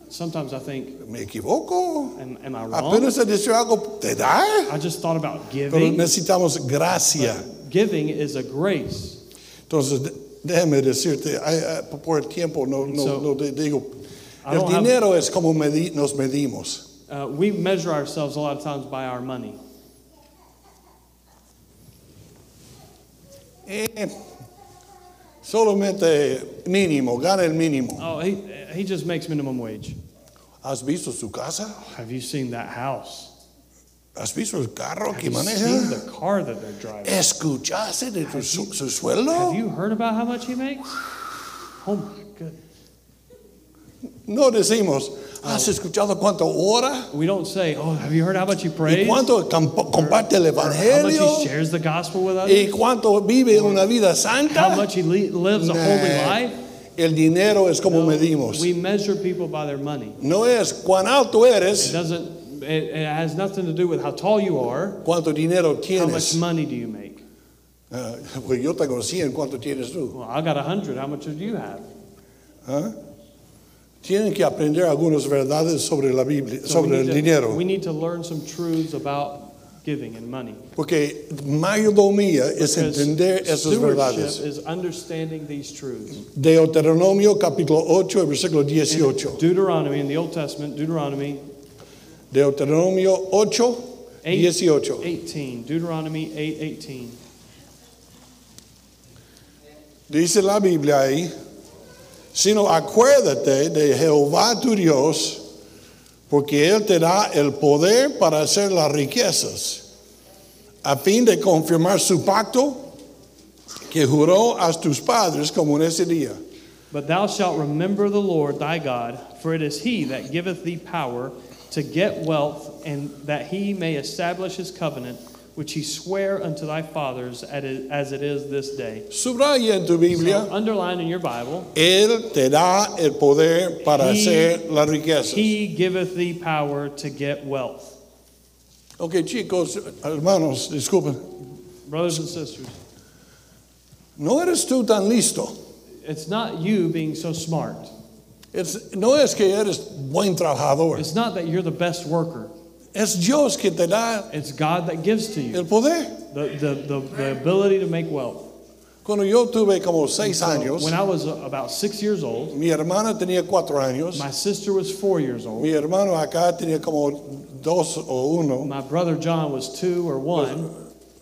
Speaker 2: sometimes I think,
Speaker 1: me equivoco,
Speaker 2: am, am I wrong?
Speaker 1: apenas he dicho algo, te da,
Speaker 2: I just thought about
Speaker 1: pero
Speaker 2: giving.
Speaker 1: necesitamos gracia.
Speaker 2: Giving is a grace.
Speaker 1: Entonces, de- déjame decirte, ay, ay, por el tiempo no, no,
Speaker 2: So,
Speaker 1: no te digo,
Speaker 2: I
Speaker 1: el
Speaker 2: don't have-
Speaker 1: dinero es como medi- nos medimos.
Speaker 2: Uh, we measure ourselves a lot of times by our money.
Speaker 1: Eh, solamente mínimo, gana el mínimo.
Speaker 2: Oh, he, he just makes minimum wage.
Speaker 1: ¿Has visto su casa?
Speaker 2: Have you seen that house?
Speaker 1: ¿Has visto el carro que
Speaker 2: Have you seen
Speaker 1: maneja?
Speaker 2: the car that they're driving?
Speaker 1: ¿Escuchaste de tu- su, su
Speaker 2: Have
Speaker 1: sueldo?
Speaker 2: you heard about how much he makes? Oh my goodness.
Speaker 1: No decimos,
Speaker 2: Oh.
Speaker 1: ¿has escuchado cuánto ora?
Speaker 2: We don't say, oh, have you heard how much he
Speaker 1: ¿Y
Speaker 2: prays?
Speaker 1: cuánto camp- comparte el
Speaker 2: Or how much
Speaker 1: evangelio?
Speaker 2: he shares the gospel with us?
Speaker 1: ¿Y cuánto vive una vida
Speaker 2: How
Speaker 1: santa?
Speaker 2: much he le- lives a holy
Speaker 1: Nah.
Speaker 2: life?
Speaker 1: El dinero es como
Speaker 2: No,
Speaker 1: medimos.
Speaker 2: We measure people by their money.
Speaker 1: No es cuán alto
Speaker 2: It
Speaker 1: eres,
Speaker 2: doesn't. It, it has nothing to do with how tall you are.
Speaker 1: cuánto dinero
Speaker 2: How much
Speaker 1: tienes.
Speaker 2: money do you make?
Speaker 1: Ah, pues yo tengo 100, ¿cuánto tienes tú?
Speaker 2: Well, I got a hundred. How much do you have?
Speaker 1: Tienen que aprender algunas verdades sobre la Biblia,
Speaker 2: So we
Speaker 1: sobre el
Speaker 2: need to-
Speaker 1: dinero.
Speaker 2: We need to learn some truths about giving and money.
Speaker 1: Porque mayordomía es
Speaker 2: Because
Speaker 1: entender esas verdades.
Speaker 2: Stewardship is understanding these truths.
Speaker 1: Deuteronomio capítulo 8, el versículo
Speaker 2: In
Speaker 1: 18.
Speaker 2: Deuteronomy in the Old Testament, Deuteronomy
Speaker 1: Deuteronomio 8,
Speaker 2: 8,
Speaker 1: 18.
Speaker 2: 18. Deuteronomy 8, 18.
Speaker 1: Dice la Biblia ahí, sino acuérdate de Jehová tu Dios, porque Él te da el poder para hacer las riquezas, a fin de confirmar su pacto que juró a tus padres como en ese día.
Speaker 2: But thou shalt remember the Lord thy God, for it is he that giveth thee power to get wealth, and that he may establish his covenant, which he sware unto thy fathers at it- as it is this day.
Speaker 1: Subraya en tu Biblia,
Speaker 2: So underline in your Bible,
Speaker 1: Él te da el poder para
Speaker 2: He-
Speaker 1: hacer las riquezas.
Speaker 2: he giveth thee power to get wealth.
Speaker 1: Ok, chicos, hermanos, disculpen.
Speaker 2: Brothers and sisters,
Speaker 1: No eres tú tan listo.
Speaker 2: it's not you being so smart.
Speaker 1: Es- no es que eres buen trabajador.
Speaker 2: It's not that you're the best worker.
Speaker 1: Es Dios que te da
Speaker 2: It's God that gives to you
Speaker 1: el poder.
Speaker 2: the, the, the, the ability to make wealth.
Speaker 1: Cuando yo tuve como seis años,
Speaker 2: When I was uh, about six years old,
Speaker 1: mi hermana tenía cuatro años,
Speaker 2: my sister was four years old.
Speaker 1: mi hermano acá tenía como dos o uno,
Speaker 2: My brother John was two or one.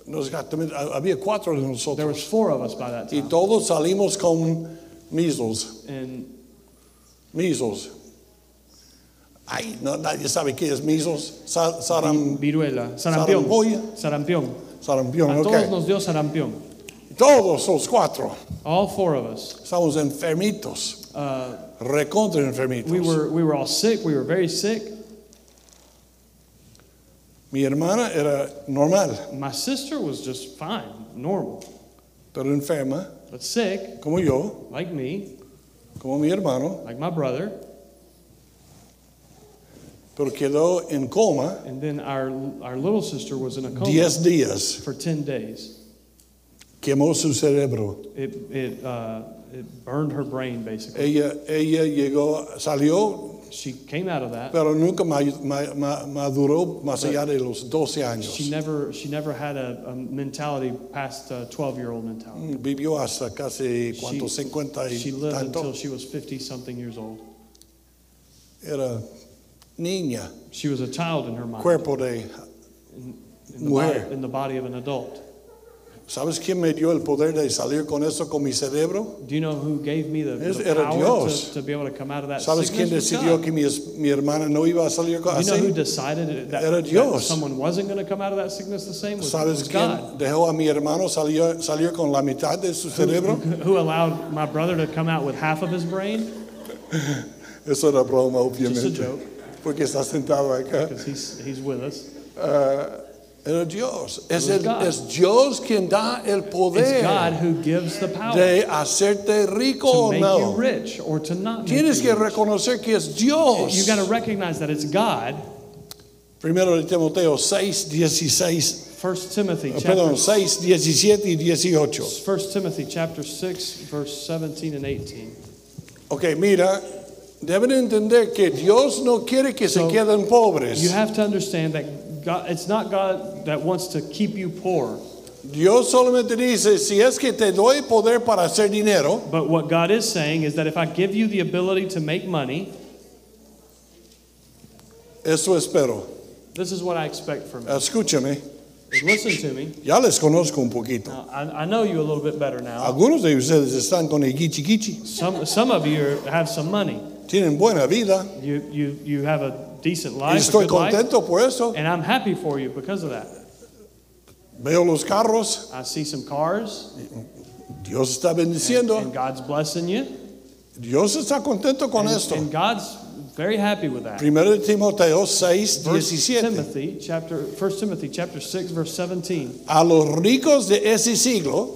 Speaker 1: no sé exactamente, ha- ah, había cuatro de
Speaker 2: There
Speaker 1: nosotros.
Speaker 2: was four of us by that
Speaker 1: Y
Speaker 2: time.
Speaker 1: todos salimos con measles,
Speaker 2: And
Speaker 1: measles. Ay, no, nadie sabe qué es measles. Sa- saram-
Speaker 2: viruela, sarampión.
Speaker 1: Sarampolla.
Speaker 2: Sarampión. A
Speaker 1: sarampión,
Speaker 2: todos
Speaker 1: ok.
Speaker 2: nos dio sarampión.
Speaker 1: Todos los cuatro
Speaker 2: All four of us.
Speaker 1: estamos enfermitos.
Speaker 2: Uh,
Speaker 1: recontra enfermitos.
Speaker 2: we, were, we were all sick. We were very sick.
Speaker 1: Mi hermana era normal,
Speaker 2: My sister was just fine, normal,
Speaker 1: pero enferma,
Speaker 2: but sick,
Speaker 1: como yo,
Speaker 2: like me,
Speaker 1: como mi hermano,
Speaker 2: like my brother.
Speaker 1: pero quedó en coma
Speaker 2: And then our, our little sister was in a coma
Speaker 1: 10 días.
Speaker 2: for 10 days.
Speaker 1: Quemó su cerebro.
Speaker 2: It, it, uh, it burned her brain, basically.
Speaker 1: Ella, ella llegó, salió
Speaker 2: She came out of that.
Speaker 1: pero nunca ma- ma- ma- maduró más allá de los 12 años.
Speaker 2: She never, she never had a, a mentality past a 12 year old mentality.
Speaker 1: Vivió hasta casi, ¿cuántos? 50
Speaker 2: She
Speaker 1: y
Speaker 2: lived until
Speaker 1: tanto.
Speaker 2: she was 50 something years old.
Speaker 1: Era niña,
Speaker 2: She was a child in her mind,
Speaker 1: cuerpo de...
Speaker 2: in, the body,
Speaker 1: mujer.
Speaker 2: in the body of an adult.
Speaker 1: ¿Sabes quién me dio el poder de salir con eso con mi cerebro?
Speaker 2: Do you know who gave me the,
Speaker 1: Es-
Speaker 2: the
Speaker 1: era
Speaker 2: power
Speaker 1: Dios.
Speaker 2: to, to be able to come out of that
Speaker 1: ¿Sabes quién
Speaker 2: sickness? Was
Speaker 1: decidió
Speaker 2: God.
Speaker 1: que mi, es- mi hermana no iba a salir con
Speaker 2: Do you know who
Speaker 1: así?
Speaker 2: decided that,
Speaker 1: Era
Speaker 2: that
Speaker 1: Dios.
Speaker 2: someone wasn't going to come out of that sickness the same? Was,
Speaker 1: ¿Sabes
Speaker 2: was
Speaker 1: quién
Speaker 2: God.
Speaker 1: dejó a mi hermano salir, salir con la mitad de su cerebro?
Speaker 2: Who allowed my brother to come out with half of his brain?
Speaker 1: Eso era broma,
Speaker 2: Just a
Speaker 1: obviamente.
Speaker 2: joke,
Speaker 1: Porque está sentado acá.
Speaker 2: because he's, he's with us.
Speaker 1: Ah, era Dios. Es,
Speaker 2: was
Speaker 1: el-
Speaker 2: God.
Speaker 1: es Dios quien da el
Speaker 2: It's God
Speaker 1: poder
Speaker 2: who gives the power
Speaker 1: de hacerte rico
Speaker 2: to
Speaker 1: o
Speaker 2: make you
Speaker 1: no.
Speaker 2: rich or to not make
Speaker 1: Tienes
Speaker 2: you
Speaker 1: que
Speaker 2: rich.
Speaker 1: reconocer que es Dios.
Speaker 2: You got to recognize that it's God.
Speaker 1: Primero de Timoteo 6, 16.
Speaker 2: First Timothy
Speaker 1: ah,
Speaker 2: chapter
Speaker 1: Perdón, 6, 17 y 18.
Speaker 2: First Timothy chapter 6 verse 17 and 18.
Speaker 1: Ok, mira, deben entender que Dios no quiere que se
Speaker 2: So,
Speaker 1: queden
Speaker 2: You
Speaker 1: pobres.
Speaker 2: have to understand that God, it's not God that wants to keep you poor,
Speaker 1: Dios solamente dice, si es que te doy poder para hacer dinero,
Speaker 2: but what God is saying is that if I give you the ability to make money,
Speaker 1: eso espero.
Speaker 2: this is what I expect from you.
Speaker 1: Escúchame,
Speaker 2: Listen to me.
Speaker 1: ya les conozco un poquito.
Speaker 2: Now, I, I know you a little bit better now.
Speaker 1: Algunos de ustedes están con el guichi guichi,
Speaker 2: Some some of you are- have some money.
Speaker 1: tienen buena vida
Speaker 2: You you you have a decent
Speaker 1: y
Speaker 2: life, a
Speaker 1: estoy
Speaker 2: good life,
Speaker 1: contento por eso.
Speaker 2: and I'm happy for you because of that.
Speaker 1: Veo los carros,
Speaker 2: I see some cars,
Speaker 1: Dios está bendiciendo,
Speaker 2: and God's blessing you,
Speaker 1: Dios está contento con
Speaker 2: and,
Speaker 1: esto.
Speaker 2: and God's very happy with that.
Speaker 1: Primero de Timoteo 6,
Speaker 2: First
Speaker 1: 17.
Speaker 2: Timothy chapter First Timothy chapter six verse seventeen.
Speaker 1: A los ricos de ese siglo,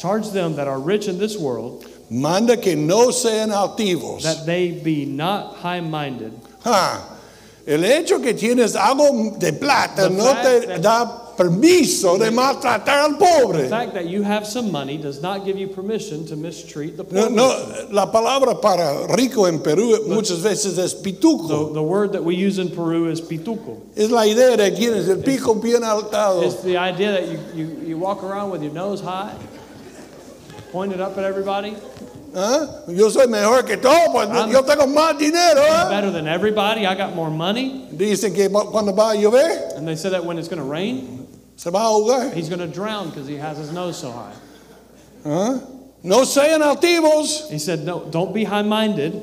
Speaker 2: Charge them that are rich in this world
Speaker 1: Manda que no sean altivos.
Speaker 2: that they be not high-minded.
Speaker 1: Ah, El hecho que tienes algo de plata
Speaker 2: The
Speaker 1: no
Speaker 2: fact
Speaker 1: te
Speaker 2: that-
Speaker 1: da permiso de maltratar al
Speaker 2: The
Speaker 1: pobre.
Speaker 2: fact that you have some money does not give you permission to mistreat the
Speaker 1: No,
Speaker 2: poor.
Speaker 1: no, la palabra para rico en Perú muchas veces es pituco.
Speaker 2: The, the word that we use in Peru is pituco.
Speaker 1: Es la idea de tienes el pico bien altado.
Speaker 2: It's the idea that you, you, you walk around with your nose high, pointed up at everybody,
Speaker 1: ¿Ah? Yo soy mejor que todo, pues
Speaker 2: I'm-
Speaker 1: yo tengo más dinero. ¿eh?
Speaker 2: better than everybody. I got more money.
Speaker 1: Dicen que va- cuando va a llover
Speaker 2: And they say that when it's going to rain,
Speaker 1: se va a ahogar.
Speaker 2: he's going to drown because he has his nose so high.
Speaker 1: ¿Ah? No sean altivos.
Speaker 2: He said, No, don't be high minded.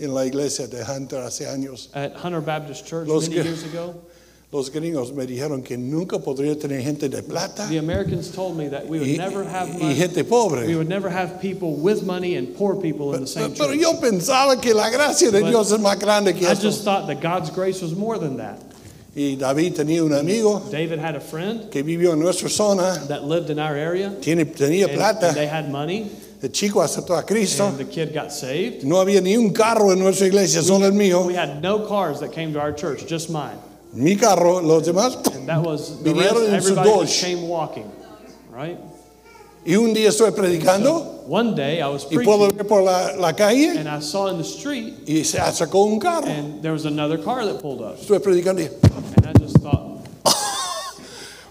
Speaker 1: En la iglesia de Hunter hace años.
Speaker 2: At Hunter Baptist Church
Speaker 1: Los
Speaker 2: many
Speaker 1: que-
Speaker 2: years ago,
Speaker 1: Los gringos me dijeron que nunca podría tener gente de plata
Speaker 2: the Americans told me that we would
Speaker 1: y,
Speaker 2: never have
Speaker 1: y- y
Speaker 2: money.
Speaker 1: gente
Speaker 2: We
Speaker 1: pobre.
Speaker 2: would never have people with money and poor people in the
Speaker 1: Pero
Speaker 2: same
Speaker 1: pero
Speaker 2: church.
Speaker 1: yo pensaba que la gracia de
Speaker 2: But
Speaker 1: Dios es más grande que
Speaker 2: I
Speaker 1: esto.
Speaker 2: just thought that God's grace was more than that.
Speaker 1: Y David tenía un amigo
Speaker 2: David had a friend
Speaker 1: que vivió en nuestra zona,
Speaker 2: that lived in our area,
Speaker 1: tiene, tenía
Speaker 2: and and
Speaker 1: plata,
Speaker 2: they had money.
Speaker 1: el chico aceptó a Cristo,
Speaker 2: And the kid got saved.
Speaker 1: no había ni un carro en nuestra iglesia, solo el mío,
Speaker 2: We had no cars that came to our church, just mine.
Speaker 1: mi carro, los demás.
Speaker 2: That was the rest,
Speaker 1: Vinieron en su
Speaker 2: everybody just
Speaker 1: Dodge.
Speaker 2: came walking, right?
Speaker 1: Y un día estoy predicando
Speaker 2: One day I was
Speaker 1: y puedo
Speaker 2: preaching
Speaker 1: ver por la, la calle
Speaker 2: and I saw in the street
Speaker 1: y se acercó un carro.
Speaker 2: and there was another car that pulled up.
Speaker 1: Estoy predicando y
Speaker 2: And I just thought,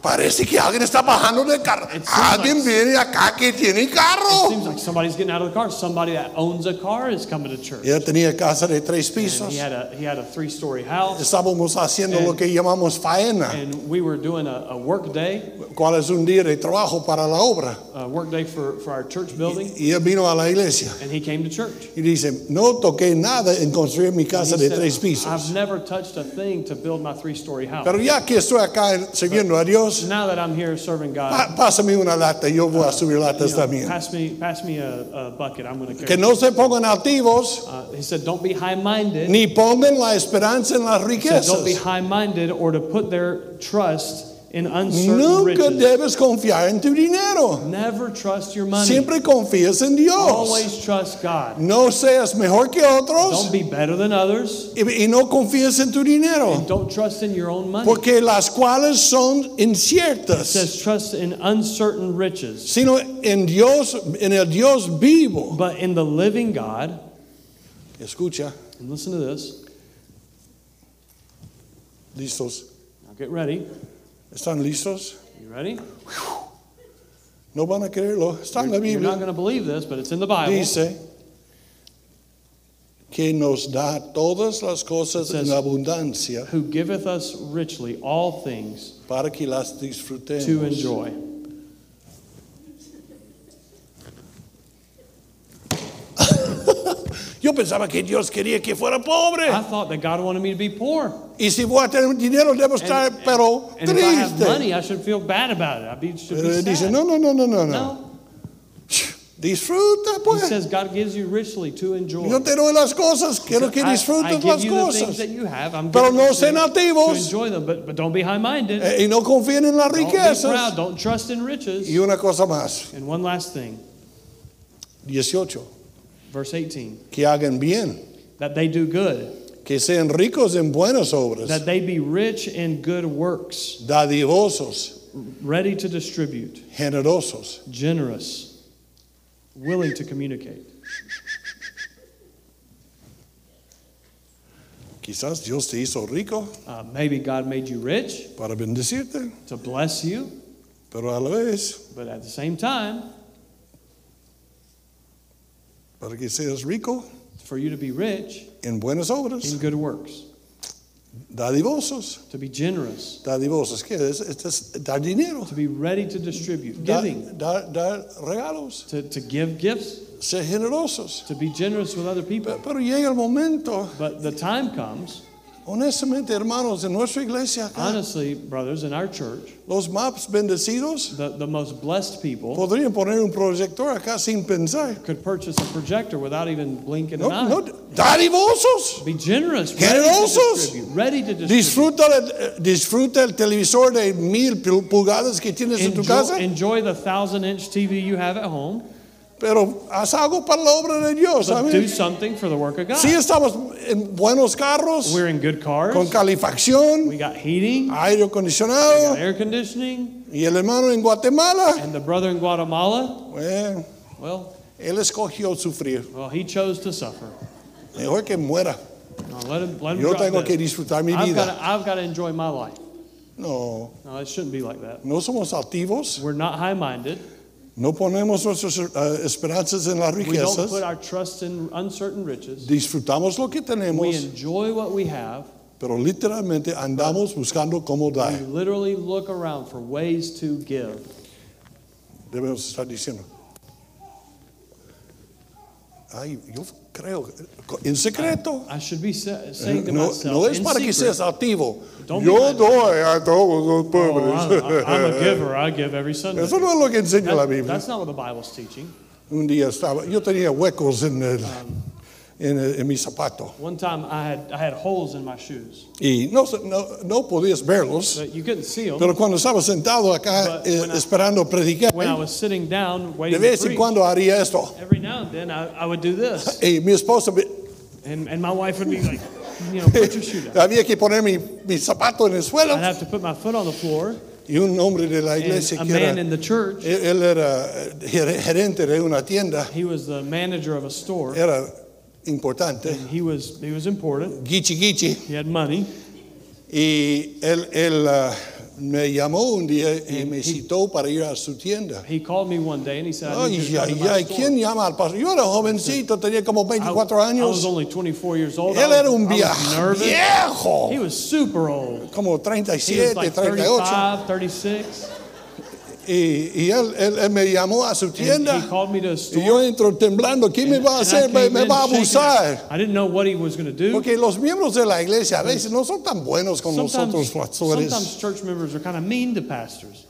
Speaker 1: Parece que alguien está bajando del carro.
Speaker 2: It seems
Speaker 1: Alguien
Speaker 2: like-
Speaker 1: viene acá que tiene
Speaker 2: it
Speaker 1: carro.
Speaker 2: seems like somebody's getting out of the car. Somebody that owns a car is coming to church.
Speaker 1: Ella tenía casa de tres
Speaker 2: And
Speaker 1: pisos.
Speaker 2: he had a he had a three story house
Speaker 1: Estábamos haciendo
Speaker 2: And-
Speaker 1: lo que llamamos faena,
Speaker 2: and we were doing a, a work day,
Speaker 1: cuál es un día de trabajo para la obra.
Speaker 2: a work day for, for our church building,
Speaker 1: Y él vino a la iglesia
Speaker 2: and he came to church.
Speaker 1: y dice, no toqué nada en construir mi
Speaker 2: And
Speaker 1: casa de
Speaker 2: he said,
Speaker 1: tres pisos.
Speaker 2: I've never touched a thing to build my three story house.
Speaker 1: Pero ya que estoy acá sirviendo a Dios,
Speaker 2: Now that I'm here serving God,
Speaker 1: pa- pásame una lata, yo voy a subir
Speaker 2: you
Speaker 1: latas
Speaker 2: know,
Speaker 1: también.
Speaker 2: pass me, pass me a, a bucket. I'm going
Speaker 1: Que
Speaker 2: to carry.
Speaker 1: no se pongan altivos,
Speaker 2: Uh, he said, "Don't be high-minded."
Speaker 1: ni pongan la esperanza en las
Speaker 2: He said, "Don't be
Speaker 1: riquezas.
Speaker 2: high-minded, or to put their trust in uncertain
Speaker 1: Nunca
Speaker 2: riches.
Speaker 1: debes confiar en tu dinero.
Speaker 2: Never trust your money.
Speaker 1: Siempre confíes en Dios.
Speaker 2: Always trust God.
Speaker 1: No seas mejor que
Speaker 2: Don't
Speaker 1: otros
Speaker 2: be better than others.
Speaker 1: y, y no confíes en tu dinero,
Speaker 2: And don't trust in your own money."
Speaker 1: porque las cuales son
Speaker 2: It
Speaker 1: inciertas,
Speaker 2: says, "Trust in uncertain riches."
Speaker 1: sino en Dios, en el Dios vivo.
Speaker 2: But in the living God,
Speaker 1: Escucha,
Speaker 2: and listen to this,
Speaker 1: Listos.
Speaker 2: Now get ready.
Speaker 1: ¿Están listos?
Speaker 2: You ready?
Speaker 1: No van a creerlo. Está en la
Speaker 2: You're
Speaker 1: Biblia.
Speaker 2: not going to believe this, but it's in the Bible.
Speaker 1: Dice que nos da todas las cosas
Speaker 2: It says-
Speaker 1: en abundancia
Speaker 2: Who giveth us richly all things
Speaker 1: para que las
Speaker 2: to
Speaker 1: disfrutemos.
Speaker 2: enjoy.
Speaker 1: Yo pensaba que Dios quería que fuera pobre.
Speaker 2: I thought that God wanted me to be poor.
Speaker 1: Y si voy a tener dinero, debo
Speaker 2: And,
Speaker 1: estar, pero
Speaker 2: and if I have
Speaker 1: triste.
Speaker 2: money, I should feel bad about it. I be, should
Speaker 1: Pero
Speaker 2: be
Speaker 1: él Uh, dice,
Speaker 2: sad.
Speaker 1: no, no, no, no, no, no.
Speaker 2: No.
Speaker 1: Disfruta,
Speaker 2: He
Speaker 1: pues.
Speaker 2: says God gives you richly to enjoy.
Speaker 1: Yo te doy las cosas, quiero que
Speaker 2: I- I
Speaker 1: disfrutes
Speaker 2: give
Speaker 1: las
Speaker 2: you the things that
Speaker 1: cosas.
Speaker 2: you have. I'm
Speaker 1: Pero
Speaker 2: giving
Speaker 1: no
Speaker 2: it to
Speaker 1: sean
Speaker 2: you
Speaker 1: altivos.
Speaker 2: To enjoy them, but, but don't be high-minded.
Speaker 1: Eh, Y no confíen en las
Speaker 2: don't be
Speaker 1: riquezas.
Speaker 2: proud. Don't trust in riches.
Speaker 1: Y una cosa más,
Speaker 2: and one last thing,
Speaker 1: 18,
Speaker 2: verse 18,
Speaker 1: que hagan bien,
Speaker 2: that they do good,
Speaker 1: que sean ricos en buenas obras,
Speaker 2: that they be rich in good works,
Speaker 1: dadivosos,
Speaker 2: ready to distribute,
Speaker 1: generosos.
Speaker 2: generous, willing to communicate.
Speaker 1: Quizás Dios te hizo rico
Speaker 2: Uh, maybe God made you rich
Speaker 1: para bendecirte,
Speaker 2: to bless you,
Speaker 1: pero a la vez,
Speaker 2: but at the same time,
Speaker 1: para que seas rico
Speaker 2: for you to be rich
Speaker 1: en buenas
Speaker 2: in
Speaker 1: obras,
Speaker 2: good works,
Speaker 1: dadivosos.
Speaker 2: to be generous,
Speaker 1: Dadivosos, ¿qué es? Es- es dar dinero,
Speaker 2: to be ready to distribute,
Speaker 1: da-
Speaker 2: giving,
Speaker 1: dar, dar regalos,
Speaker 2: to, to give gifts,
Speaker 1: ser generosos.
Speaker 2: to be generous with other
Speaker 1: Pe-
Speaker 2: people.
Speaker 1: Pero llega el momento,
Speaker 2: But the time comes,
Speaker 1: honestamente, hermanos, en nuestra iglesia, acá,
Speaker 2: honestly, brothers, in our church,
Speaker 1: los maps bendecidos
Speaker 2: the, the most blessed people
Speaker 1: podrían poner un proyector acá sin pensar.
Speaker 2: could purchase a projector without even blinking an
Speaker 1: No,
Speaker 2: eye.
Speaker 1: no, dadivosos.
Speaker 2: Be generous, ready to
Speaker 1: Generosos.
Speaker 2: distribute, ready to distribute.
Speaker 1: Disfruta, el- disfruta el televisor de mil pul- pulgadas que tienes en tu casa,
Speaker 2: Enjoy, enjoy the thousand inch TV you have at home,
Speaker 1: pero haz algo para la obra de Dios.
Speaker 2: but do
Speaker 1: ¿sabes?
Speaker 2: something for the work of God.
Speaker 1: Sí estamos en buenos carros,
Speaker 2: "Ah". We're in good cars.
Speaker 1: con calefacción,
Speaker 2: We got heating, we
Speaker 1: aire
Speaker 2: got
Speaker 1: acondicionado
Speaker 2: air conditioning,
Speaker 1: y el hermano en Guatemala,
Speaker 2: and the brother in Guatemala,
Speaker 1: bueno,
Speaker 2: well,
Speaker 1: él escogió sufrir.
Speaker 2: well, he chose to suffer.
Speaker 1: Mejor que muera.
Speaker 2: No, let him, let him
Speaker 1: Yo
Speaker 2: drop Ah,
Speaker 1: tengo
Speaker 2: this.
Speaker 1: que disfrutar mi
Speaker 2: I've
Speaker 1: vida.
Speaker 2: got, to, I've got to enjoy my life.
Speaker 1: No,
Speaker 2: No, it shouldn't be like that.
Speaker 1: no somos activos,
Speaker 2: We're not high-minded.
Speaker 1: no ponemos nuestras eh, esperanzas en las
Speaker 2: We don't put
Speaker 1: riquezas,
Speaker 2: our trust in uncertain riches.
Speaker 1: disfrutamos lo que
Speaker 2: We
Speaker 1: tenemos,
Speaker 2: enjoy what we have.
Speaker 1: pero literalmente andamos buscando cómo
Speaker 2: We
Speaker 1: dar.
Speaker 2: literally look around for ways to give.
Speaker 1: Debemos estar diciendo. Ay, yo creo, en secreto.
Speaker 2: I should be sa- saying to
Speaker 1: No,
Speaker 2: myself,
Speaker 1: no es
Speaker 2: in
Speaker 1: para que
Speaker 2: secret,
Speaker 1: seas activo.
Speaker 2: Don't be
Speaker 1: Yo
Speaker 2: like-
Speaker 1: doy a todos los
Speaker 2: "Oh,
Speaker 1: pobres.
Speaker 2: I'm, I'm a giver. I give every Sunday.
Speaker 1: Eso no es lo que enseña la
Speaker 2: That-
Speaker 1: Biblia.
Speaker 2: that's not what the Bible's teaching.
Speaker 1: Un día estaba, yo tenía huecos en, el- en, el- en mi zapato
Speaker 2: One time I had, I had holes in my shoes.
Speaker 1: y no, se- no, no podías verlos,
Speaker 2: But you couldn't see them.
Speaker 1: pero cuando estaba sentado acá
Speaker 2: But
Speaker 1: eh,
Speaker 2: when I-
Speaker 1: esperando predicar,
Speaker 2: When I was sitting down
Speaker 1: de
Speaker 2: waiting to
Speaker 1: vez en
Speaker 2: preach,
Speaker 1: cuando haría esto.
Speaker 2: every now and then I, I would do this.
Speaker 1: Y mi esposa, me-
Speaker 2: And, and my wife would be like, you know, put your shoe down.
Speaker 1: había que poner mi, mi zapato en el suelo
Speaker 2: I'd have to put my foot on the floor.
Speaker 1: y un hombre de la
Speaker 2: And
Speaker 1: iglesia
Speaker 2: a
Speaker 1: que era, e,
Speaker 2: man in the church,
Speaker 1: él él era eh, ger- gerente de una tienda,
Speaker 2: he was the manager of a store.
Speaker 1: era importante.
Speaker 2: He was he was important.
Speaker 1: Guichi Guichi.
Speaker 2: He had money.
Speaker 1: Y él, él, ah, me llamó un día y me citó para ir a su tienda.
Speaker 2: He called me one day and he said, I need you to
Speaker 1: Ay, ay,
Speaker 2: come to my
Speaker 1: ay,
Speaker 2: store.
Speaker 1: ¿quién llama al pastor? Yo era jovencito, tenía como
Speaker 2: I,
Speaker 1: 24
Speaker 2: I was
Speaker 1: años.
Speaker 2: only 24 years old. I
Speaker 1: Él
Speaker 2: was,
Speaker 1: era un
Speaker 2: I was
Speaker 1: viejo,
Speaker 2: nervous.
Speaker 1: viejo,
Speaker 2: He was super old.
Speaker 1: como
Speaker 2: He was
Speaker 1: 37,
Speaker 2: like
Speaker 1: 38.
Speaker 2: 35, 36.
Speaker 1: Y, y él, él- él me llamó a su
Speaker 2: And he
Speaker 1: tienda.
Speaker 2: called me to a
Speaker 1: Y
Speaker 2: store.
Speaker 1: yo entro temblando, ¿qué me va a
Speaker 2: and I
Speaker 1: hacer? Me,
Speaker 2: came
Speaker 1: me
Speaker 2: in
Speaker 1: va a
Speaker 2: shaking.
Speaker 1: abusar.
Speaker 2: I didn't know what he was going to do.
Speaker 1: Porque los miembros de la iglesia a veces no son tan buenos con nosotros
Speaker 2: Sometimes,
Speaker 1: pastores.
Speaker 2: sometimes church members are kind of mean to pastors.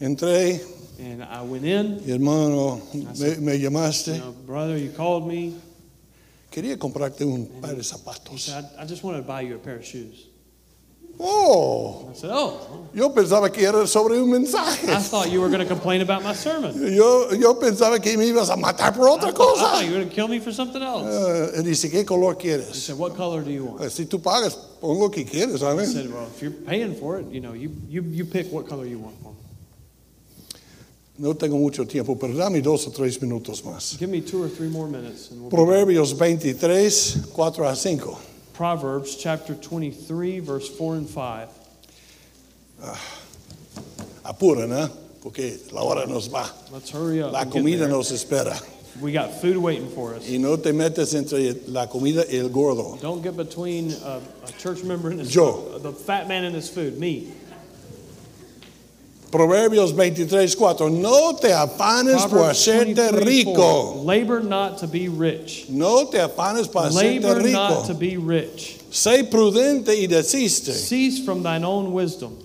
Speaker 1: Entré,
Speaker 2: And I went in.
Speaker 1: hermano, me, me llamaste.
Speaker 2: You know, brother, you called me.
Speaker 1: Quería comprarte un par de zapatos.
Speaker 2: I, I just wanted to buy you a pair of shoes.
Speaker 1: Oh,
Speaker 2: I said, Oh,
Speaker 1: yo pensaba que era sobre un mensaje.
Speaker 2: I thought you were going to complain about my sermon.
Speaker 1: Yo, yo pensaba que me ibas a matar por
Speaker 2: I
Speaker 1: otra
Speaker 2: thought, I thought
Speaker 1: cosa.
Speaker 2: you were going to kill me for something else.
Speaker 1: Eh, él dice, ¿qué color
Speaker 2: He
Speaker 1: quieres?
Speaker 2: said, What color do you want?
Speaker 1: Eh, Si tú pagas, pon lo que quieres,
Speaker 2: I
Speaker 1: ¿sabes?
Speaker 2: said, Well, if you're paying for it, you know, you, you, you pick what color you want for me.
Speaker 1: No tengo mucho tiempo, pero dame dos o tres minutos más.
Speaker 2: Give me two or three more minutes. And we'll be done.
Speaker 1: Proverbios 23, 4 a 5.
Speaker 2: Proverbs chapter 23, verse 4 and 5.
Speaker 1: Apuren, ¿eh? Porque la hora nos va.
Speaker 2: Let's hurry up.
Speaker 1: La
Speaker 2: and get
Speaker 1: comida
Speaker 2: there.
Speaker 1: nos espera.
Speaker 2: We got food waiting for us.
Speaker 1: Y no te metes entre la comida y el gordo.
Speaker 2: Don't get between a, a church member and his
Speaker 1: Yo.
Speaker 2: the fat man and his food. Me.
Speaker 1: Proverbios 23, 4. No te afanes por
Speaker 2: Proverbs
Speaker 1: hacerte
Speaker 2: 23,
Speaker 1: rico.
Speaker 2: 4. Labor not to be rich.
Speaker 1: No te afanes para hacerte
Speaker 2: Labor not to
Speaker 1: rico.
Speaker 2: be rich.
Speaker 1: Sé prudente y desiste.
Speaker 2: Cease from thine own wisdom.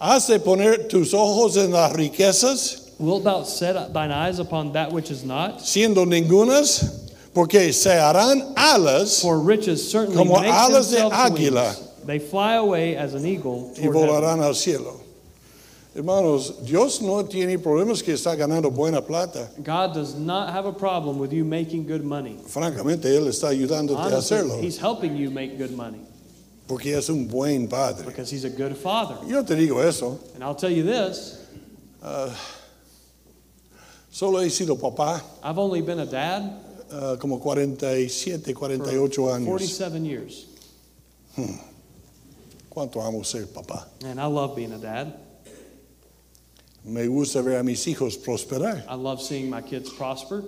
Speaker 1: Has de poner tus ojos en las riquezas,
Speaker 2: Wilt thou set thine eyes upon that which is not?
Speaker 1: siendo ningunas, porque se harán alas
Speaker 2: For riches certainly
Speaker 1: Como
Speaker 2: make
Speaker 1: alas de
Speaker 2: themselves
Speaker 1: águila.
Speaker 2: wings. They fly away as an eagle
Speaker 1: y
Speaker 2: toward heaven.
Speaker 1: volarán al cielo. Hermanos, Dios no tiene problemas que está ganando buena plata.
Speaker 2: God does not have a problem with you making good money.
Speaker 1: Francamente, Él está ayudándote a
Speaker 2: Honestly,
Speaker 1: hacerlo,
Speaker 2: he's helping you make good money
Speaker 1: porque es un buen padre.
Speaker 2: because he's a good father.
Speaker 1: Yo te digo eso,
Speaker 2: And I'll tell you this,
Speaker 1: solo he sido papá
Speaker 2: I've only been a dad
Speaker 1: ah, como 47, 48 años.
Speaker 2: 47 years,
Speaker 1: ¿Cuánto amo ser papá?
Speaker 2: and I love being a dad.
Speaker 1: Me gusta ver a mis hijos prosperar.
Speaker 2: I love seeing my kids prosper.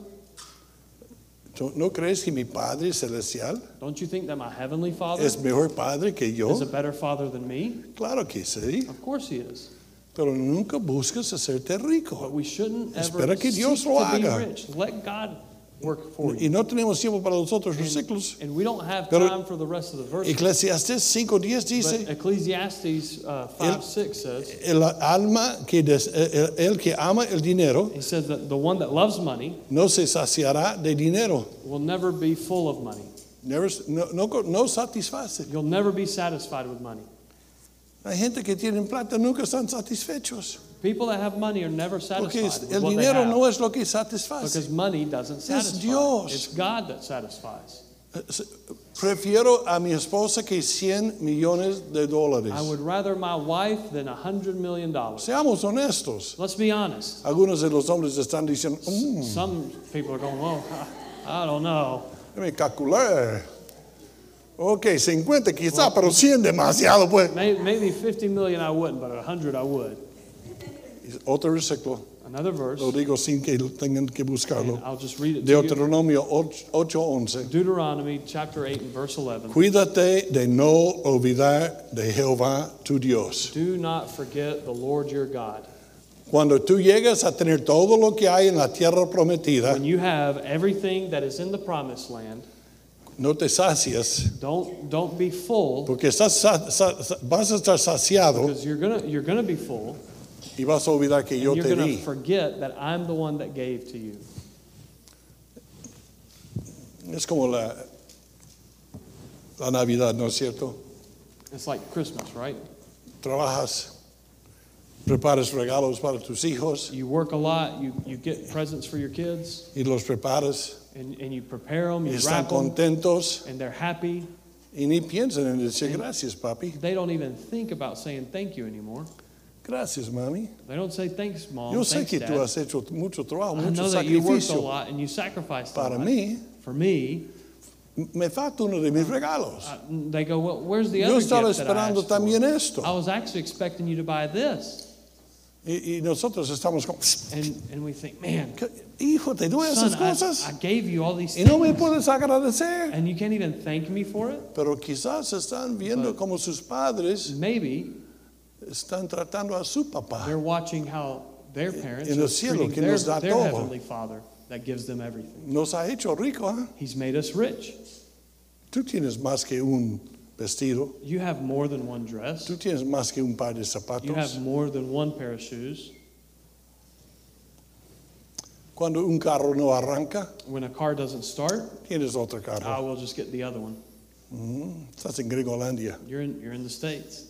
Speaker 1: ¿Tú ¿No crees que mi Padre Celestial
Speaker 2: Don't you think that my heavenly father
Speaker 1: es mejor Padre que yo?
Speaker 2: is a better father than me?
Speaker 1: Claro que sí,
Speaker 2: Of course he is.
Speaker 1: pero nunca buscas hacerte
Speaker 2: But
Speaker 1: rico.
Speaker 2: we shouldn't ever
Speaker 1: Espera que Dios
Speaker 2: seek
Speaker 1: lo
Speaker 2: to be
Speaker 1: haga.
Speaker 2: rich. Let God work for
Speaker 1: Y
Speaker 2: you.
Speaker 1: no tenemos tiempo para los otros versículos.
Speaker 2: And we don't have
Speaker 1: Pero-
Speaker 2: time for the rest of the verse.
Speaker 1: Eclesiastes 5.10
Speaker 2: But
Speaker 1: dice,
Speaker 2: Ecclesiastes uh, 5
Speaker 1: El-
Speaker 2: 6 says,
Speaker 1: el alma que des- el, el que ama el dinero
Speaker 2: he says that the one that loves money
Speaker 1: no se saciará de dinero,
Speaker 2: will never be full of money.
Speaker 1: Never- no, no, no satisface.
Speaker 2: You'll never be satisfied with money.
Speaker 1: La gente que tiene plata nunca están satisfechos,
Speaker 2: People that have money are never satisfied
Speaker 1: porque
Speaker 2: with
Speaker 1: el
Speaker 2: what they
Speaker 1: dinero
Speaker 2: have
Speaker 1: no es lo que satisface.
Speaker 2: because money doesn't satisfy.
Speaker 1: Dios.
Speaker 2: It's God that satisfies.
Speaker 1: Prefiero a mi esposa que 100 millones de dólares.
Speaker 2: I would rather my wife than a hundred million dollars.
Speaker 1: Seamos honestos.
Speaker 2: Let's be honest.
Speaker 1: Algunos de los hombres están diciendo, "Mm,
Speaker 2: Some people are going, "Well, I I don't know."
Speaker 1: déjame calcular. Ok, 50 quizá, pero 100 demasiado, pues.
Speaker 2: May- Maybe fifty million I wouldn't, but a hundred I would.
Speaker 1: Otro versículo,
Speaker 2: Another verse.
Speaker 1: lo digo sin que tengan que buscarlo.
Speaker 2: and I'll just read it. To you.
Speaker 1: Deuteronomio 8:11.
Speaker 2: Deuteronomy chapter eight and verse eleven.
Speaker 1: Cuídate de no olvidar de Jehová tu Dios.
Speaker 2: Do not forget the Lord your God.
Speaker 1: Cuando tú llegas a tener todo lo que hay en la tierra prometida,
Speaker 2: When you have everything that is in the promised land,
Speaker 1: no te sacias
Speaker 2: don't don't be full
Speaker 1: Porque estás sa- sa- sa- vas a estar saciado
Speaker 2: because you're gonna you're gonna be full.
Speaker 1: y vas a olvidar que yo
Speaker 2: And you're
Speaker 1: te
Speaker 2: gonna
Speaker 1: di.
Speaker 2: forget that I'm the one that gave to you.
Speaker 1: Es como la, la Navidad, ¿no es cierto?
Speaker 2: It's like Christmas, right?
Speaker 1: Trabajas, preparas regalos para tus hijos
Speaker 2: You work a lot, you, you get presents for your kids,
Speaker 1: y los preparas
Speaker 2: and, and you prepare them,
Speaker 1: y
Speaker 2: you
Speaker 1: están
Speaker 2: wrap them,
Speaker 1: contentos
Speaker 2: and they're happy.
Speaker 1: y ni piensan en decir gracias, papi.
Speaker 2: They don't even think about saying thank you anymore.
Speaker 1: Gracias, mami.
Speaker 2: They don't say thanks, mom.
Speaker 1: Yo sé
Speaker 2: Oh, thanks,
Speaker 1: que
Speaker 2: Dad.
Speaker 1: tú has hecho mucho trabajo,
Speaker 2: I
Speaker 1: mucho
Speaker 2: know that you worked a
Speaker 1: sacrificio
Speaker 2: lot and you sacrificed a
Speaker 1: para
Speaker 2: lot.
Speaker 1: mí.
Speaker 2: For me,
Speaker 1: Me falta uno de mis regalos.
Speaker 2: I- they go, well, where's Ah, the
Speaker 1: Yo
Speaker 2: other
Speaker 1: estaba
Speaker 2: gift that I
Speaker 1: esperando
Speaker 2: asked for?" Oh.
Speaker 1: también esto.
Speaker 2: I was actually expecting you to buy this.
Speaker 1: Y, y nosotros estamos como,
Speaker 2: And, and we think, man,
Speaker 1: hijo, te doy esas
Speaker 2: son, I,
Speaker 1: cosas.
Speaker 2: I gave you all these
Speaker 1: Y no me
Speaker 2: things,
Speaker 1: puedes agradecer.
Speaker 2: and you can't even thank me for it?
Speaker 1: Pero quizás están viendo como sus padres
Speaker 2: Maybe
Speaker 1: están tratando a su papá.
Speaker 2: They're watching how their parents
Speaker 1: En
Speaker 2: are
Speaker 1: el cielo,
Speaker 2: treating
Speaker 1: que
Speaker 2: their,
Speaker 1: nos da
Speaker 2: their
Speaker 1: todo.
Speaker 2: heavenly father that gives them everything.
Speaker 1: Nos ha hecho rico. ¿eh?
Speaker 2: He's made us rich.
Speaker 1: Tú tienes más que un vestido.
Speaker 2: You have more than one dress.
Speaker 1: Tú tienes más que un par de
Speaker 2: You have
Speaker 1: zapatos.
Speaker 2: more than one pair of shoes.
Speaker 1: Cuando un carro no arranca,
Speaker 2: When a car doesn't start,
Speaker 1: tienes otro
Speaker 2: I
Speaker 1: carro.
Speaker 2: will just get the other one.
Speaker 1: Mm, Estás en Gringolandia.
Speaker 2: You're in you're in the states.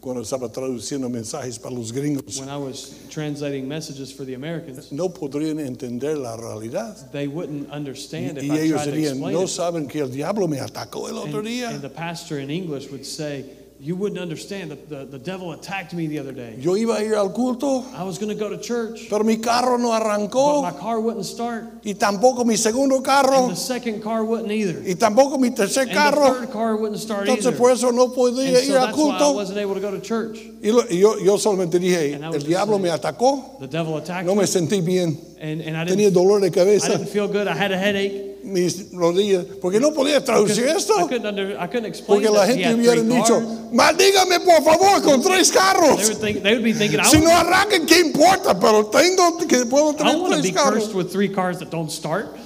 Speaker 1: Cuando estaba traduciendo mensajes para los gringos,
Speaker 2: When I was translating messages for the Americans,
Speaker 1: no podrían entender la realidad.
Speaker 2: they wouldn't understand if
Speaker 1: Y
Speaker 2: I
Speaker 1: ellos
Speaker 2: tried to
Speaker 1: dirían,
Speaker 2: explain
Speaker 1: no
Speaker 2: it.
Speaker 1: saben que el diablo me atacó el otro
Speaker 2: And,
Speaker 1: día.
Speaker 2: and the pastor in English would say, You wouldn't understand that the, the devil attacked me the other day.
Speaker 1: Yo iba a ir al culto,
Speaker 2: I was going to go to church,
Speaker 1: pero mi carro no
Speaker 2: but
Speaker 1: arrancó
Speaker 2: my car wouldn't start,
Speaker 1: y tampoco mi segundo
Speaker 2: and
Speaker 1: carro
Speaker 2: the second car wouldn't either,
Speaker 1: y tampoco mi tercer
Speaker 2: and the
Speaker 1: carro.
Speaker 2: third car wouldn't start either.
Speaker 1: Entonces por eso no
Speaker 2: And
Speaker 1: podía
Speaker 2: so
Speaker 1: ir al
Speaker 2: that's why I
Speaker 1: culto.
Speaker 2: wasn't able to go to church.
Speaker 1: Y, lo- y yo, yo solamente dije,
Speaker 2: And I was
Speaker 1: el
Speaker 2: just
Speaker 1: diablo
Speaker 2: saying-
Speaker 1: me atacó,
Speaker 2: The devil attacked
Speaker 1: no me
Speaker 2: me,
Speaker 1: sentí bien,
Speaker 2: and, and I
Speaker 1: tenía
Speaker 2: didn't,
Speaker 1: dolor de
Speaker 2: I
Speaker 1: cabeza,
Speaker 2: didn't feel good. I had a headache.
Speaker 1: mis rodillas, porque no podía traducir esto.
Speaker 2: I couldn't, under, I couldn't explain
Speaker 1: Porque la
Speaker 2: that he
Speaker 1: gente
Speaker 2: had
Speaker 1: hubiera
Speaker 2: three
Speaker 1: dicho,
Speaker 2: cars.
Speaker 1: maldígame por favor con tres
Speaker 2: They
Speaker 1: carros.
Speaker 2: would, think, they would be thinking, I
Speaker 1: Si no
Speaker 2: want,
Speaker 1: arrancan, ¿qué importa? Pero tengo que puedo
Speaker 2: I
Speaker 1: tener
Speaker 2: want to
Speaker 1: tres
Speaker 2: be
Speaker 1: carros.
Speaker 2: cursed with three cars that don't start.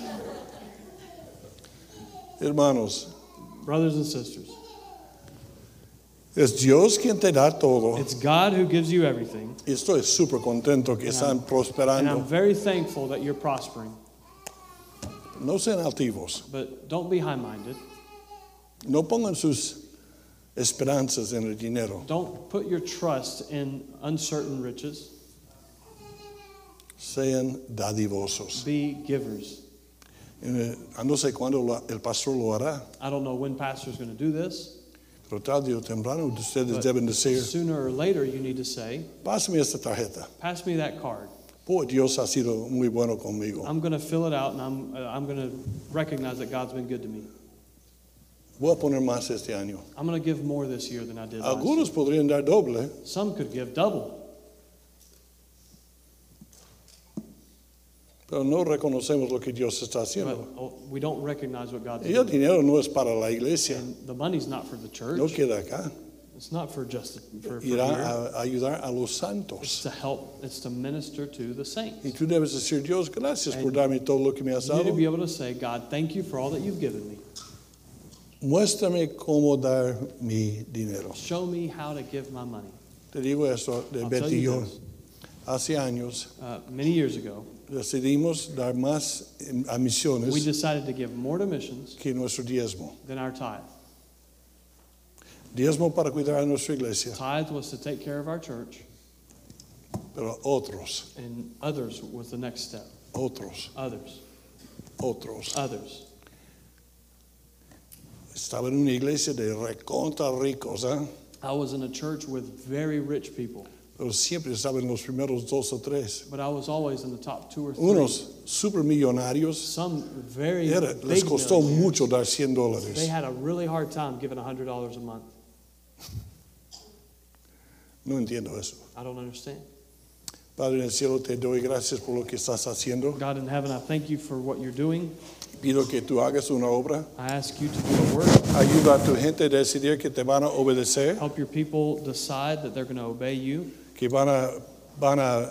Speaker 1: Hermanos,
Speaker 2: Brothers and sisters,
Speaker 1: es Dios quien te da todo.
Speaker 2: it's God who gives you everything.
Speaker 1: Y estoy súper contento que están
Speaker 2: And I'm
Speaker 1: prosperando.
Speaker 2: very thankful that you're prospering,
Speaker 1: No sean altivos.
Speaker 2: but don't be high minded.
Speaker 1: No pongan sus esperanzas en el dinero.
Speaker 2: Don't put your trust in uncertain riches.
Speaker 1: Sean dadivosos.
Speaker 2: Be givers.
Speaker 1: Eh, No sé cuándo lo- el pastor lo hará,
Speaker 2: I don't know when pastor's going to do this.
Speaker 1: pero tarde o temprano ustedes
Speaker 2: but
Speaker 1: deben decir,
Speaker 2: Sooner or later, you need to say,
Speaker 1: pásame esta tarjeta.
Speaker 2: Pass me that card.
Speaker 1: Oh, Dios ha sido muy bueno conmigo.
Speaker 2: I'm going to fill it out and I'm, uh, I'm going to recognize that God's been good to me.
Speaker 1: Voy a poner más este año.
Speaker 2: I'm going to give more this year than I did last year.
Speaker 1: Algunos podrían dar doble,
Speaker 2: Some could give double.
Speaker 1: pero no reconocemos lo que Dios está
Speaker 2: But
Speaker 1: haciendo.
Speaker 2: oh, we don't recognize what God's
Speaker 1: Y el
Speaker 2: doing.
Speaker 1: dinero no es para la iglesia,
Speaker 2: And the money's not for the church.
Speaker 1: no queda acá.
Speaker 2: It's not for just the, for, for
Speaker 1: Irá
Speaker 2: here.
Speaker 1: a ayudar a los
Speaker 2: It's
Speaker 1: santos.
Speaker 2: to help. It's to minister to the saints.
Speaker 1: Y tú debes decir, Dios, gracias por
Speaker 2: And
Speaker 1: darme todo lo que me has
Speaker 2: You need to
Speaker 1: dado.
Speaker 2: be able to say, God, thank you for all that you've given me.
Speaker 1: Muéstrame cómo dar mi dinero.
Speaker 2: Show me how to give my money.
Speaker 1: Te digo esto de
Speaker 2: I'll
Speaker 1: Betty
Speaker 2: tell
Speaker 1: y
Speaker 2: you
Speaker 1: yo.
Speaker 2: this.
Speaker 1: Hace años
Speaker 2: Uh, many years ago,
Speaker 1: decidimos dar más en- a
Speaker 2: we
Speaker 1: misiones
Speaker 2: decided to give more to missions
Speaker 1: que nuestro diezmo.
Speaker 2: than our tithe.
Speaker 1: Diezmo para cuidar a nuestra iglesia,
Speaker 2: Tithe was to take care of our church,
Speaker 1: pero otros,
Speaker 2: and others was the next step.
Speaker 1: otros,
Speaker 2: Others,
Speaker 1: otros.
Speaker 2: others.
Speaker 1: Estaba en una iglesia de recontra ricos, ¿eh?
Speaker 2: I was in a church with very rich people,
Speaker 1: pero siempre estaban los primeros dos o tres.
Speaker 2: but I was always in the top two or three.
Speaker 1: Unos supermillonarios,
Speaker 2: Some very
Speaker 1: era-
Speaker 2: big
Speaker 1: les costó
Speaker 2: millionaires.
Speaker 1: mucho dar 100
Speaker 2: They
Speaker 1: dólares.
Speaker 2: had a really hard time giving $100 a month.
Speaker 1: No entiendo eso.
Speaker 2: I don't understand.
Speaker 1: Padre del cielo, te doy gracias por lo que estás haciendo.
Speaker 2: God in heaven, I thank you for what you're doing.
Speaker 1: Pido que tú hagas una obra.
Speaker 2: I ask you to do a work.
Speaker 1: Ayuda a tu gente a decidir que te van a obedecer,
Speaker 2: Help your people decide that they're going to obey you
Speaker 1: que van a, van a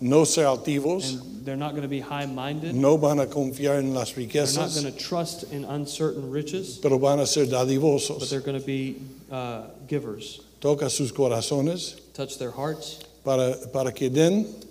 Speaker 1: no ser altivos,
Speaker 2: and they're not going to be high minded.
Speaker 1: no van a confiar en las
Speaker 2: They're not
Speaker 1: riquezas,
Speaker 2: going to trust in uncertain riches,
Speaker 1: pero van a ser
Speaker 2: but
Speaker 1: dadivosos.
Speaker 2: they're going to be uh, givers.
Speaker 1: Toca sus corazones
Speaker 2: Touch their hearts
Speaker 1: para, para que den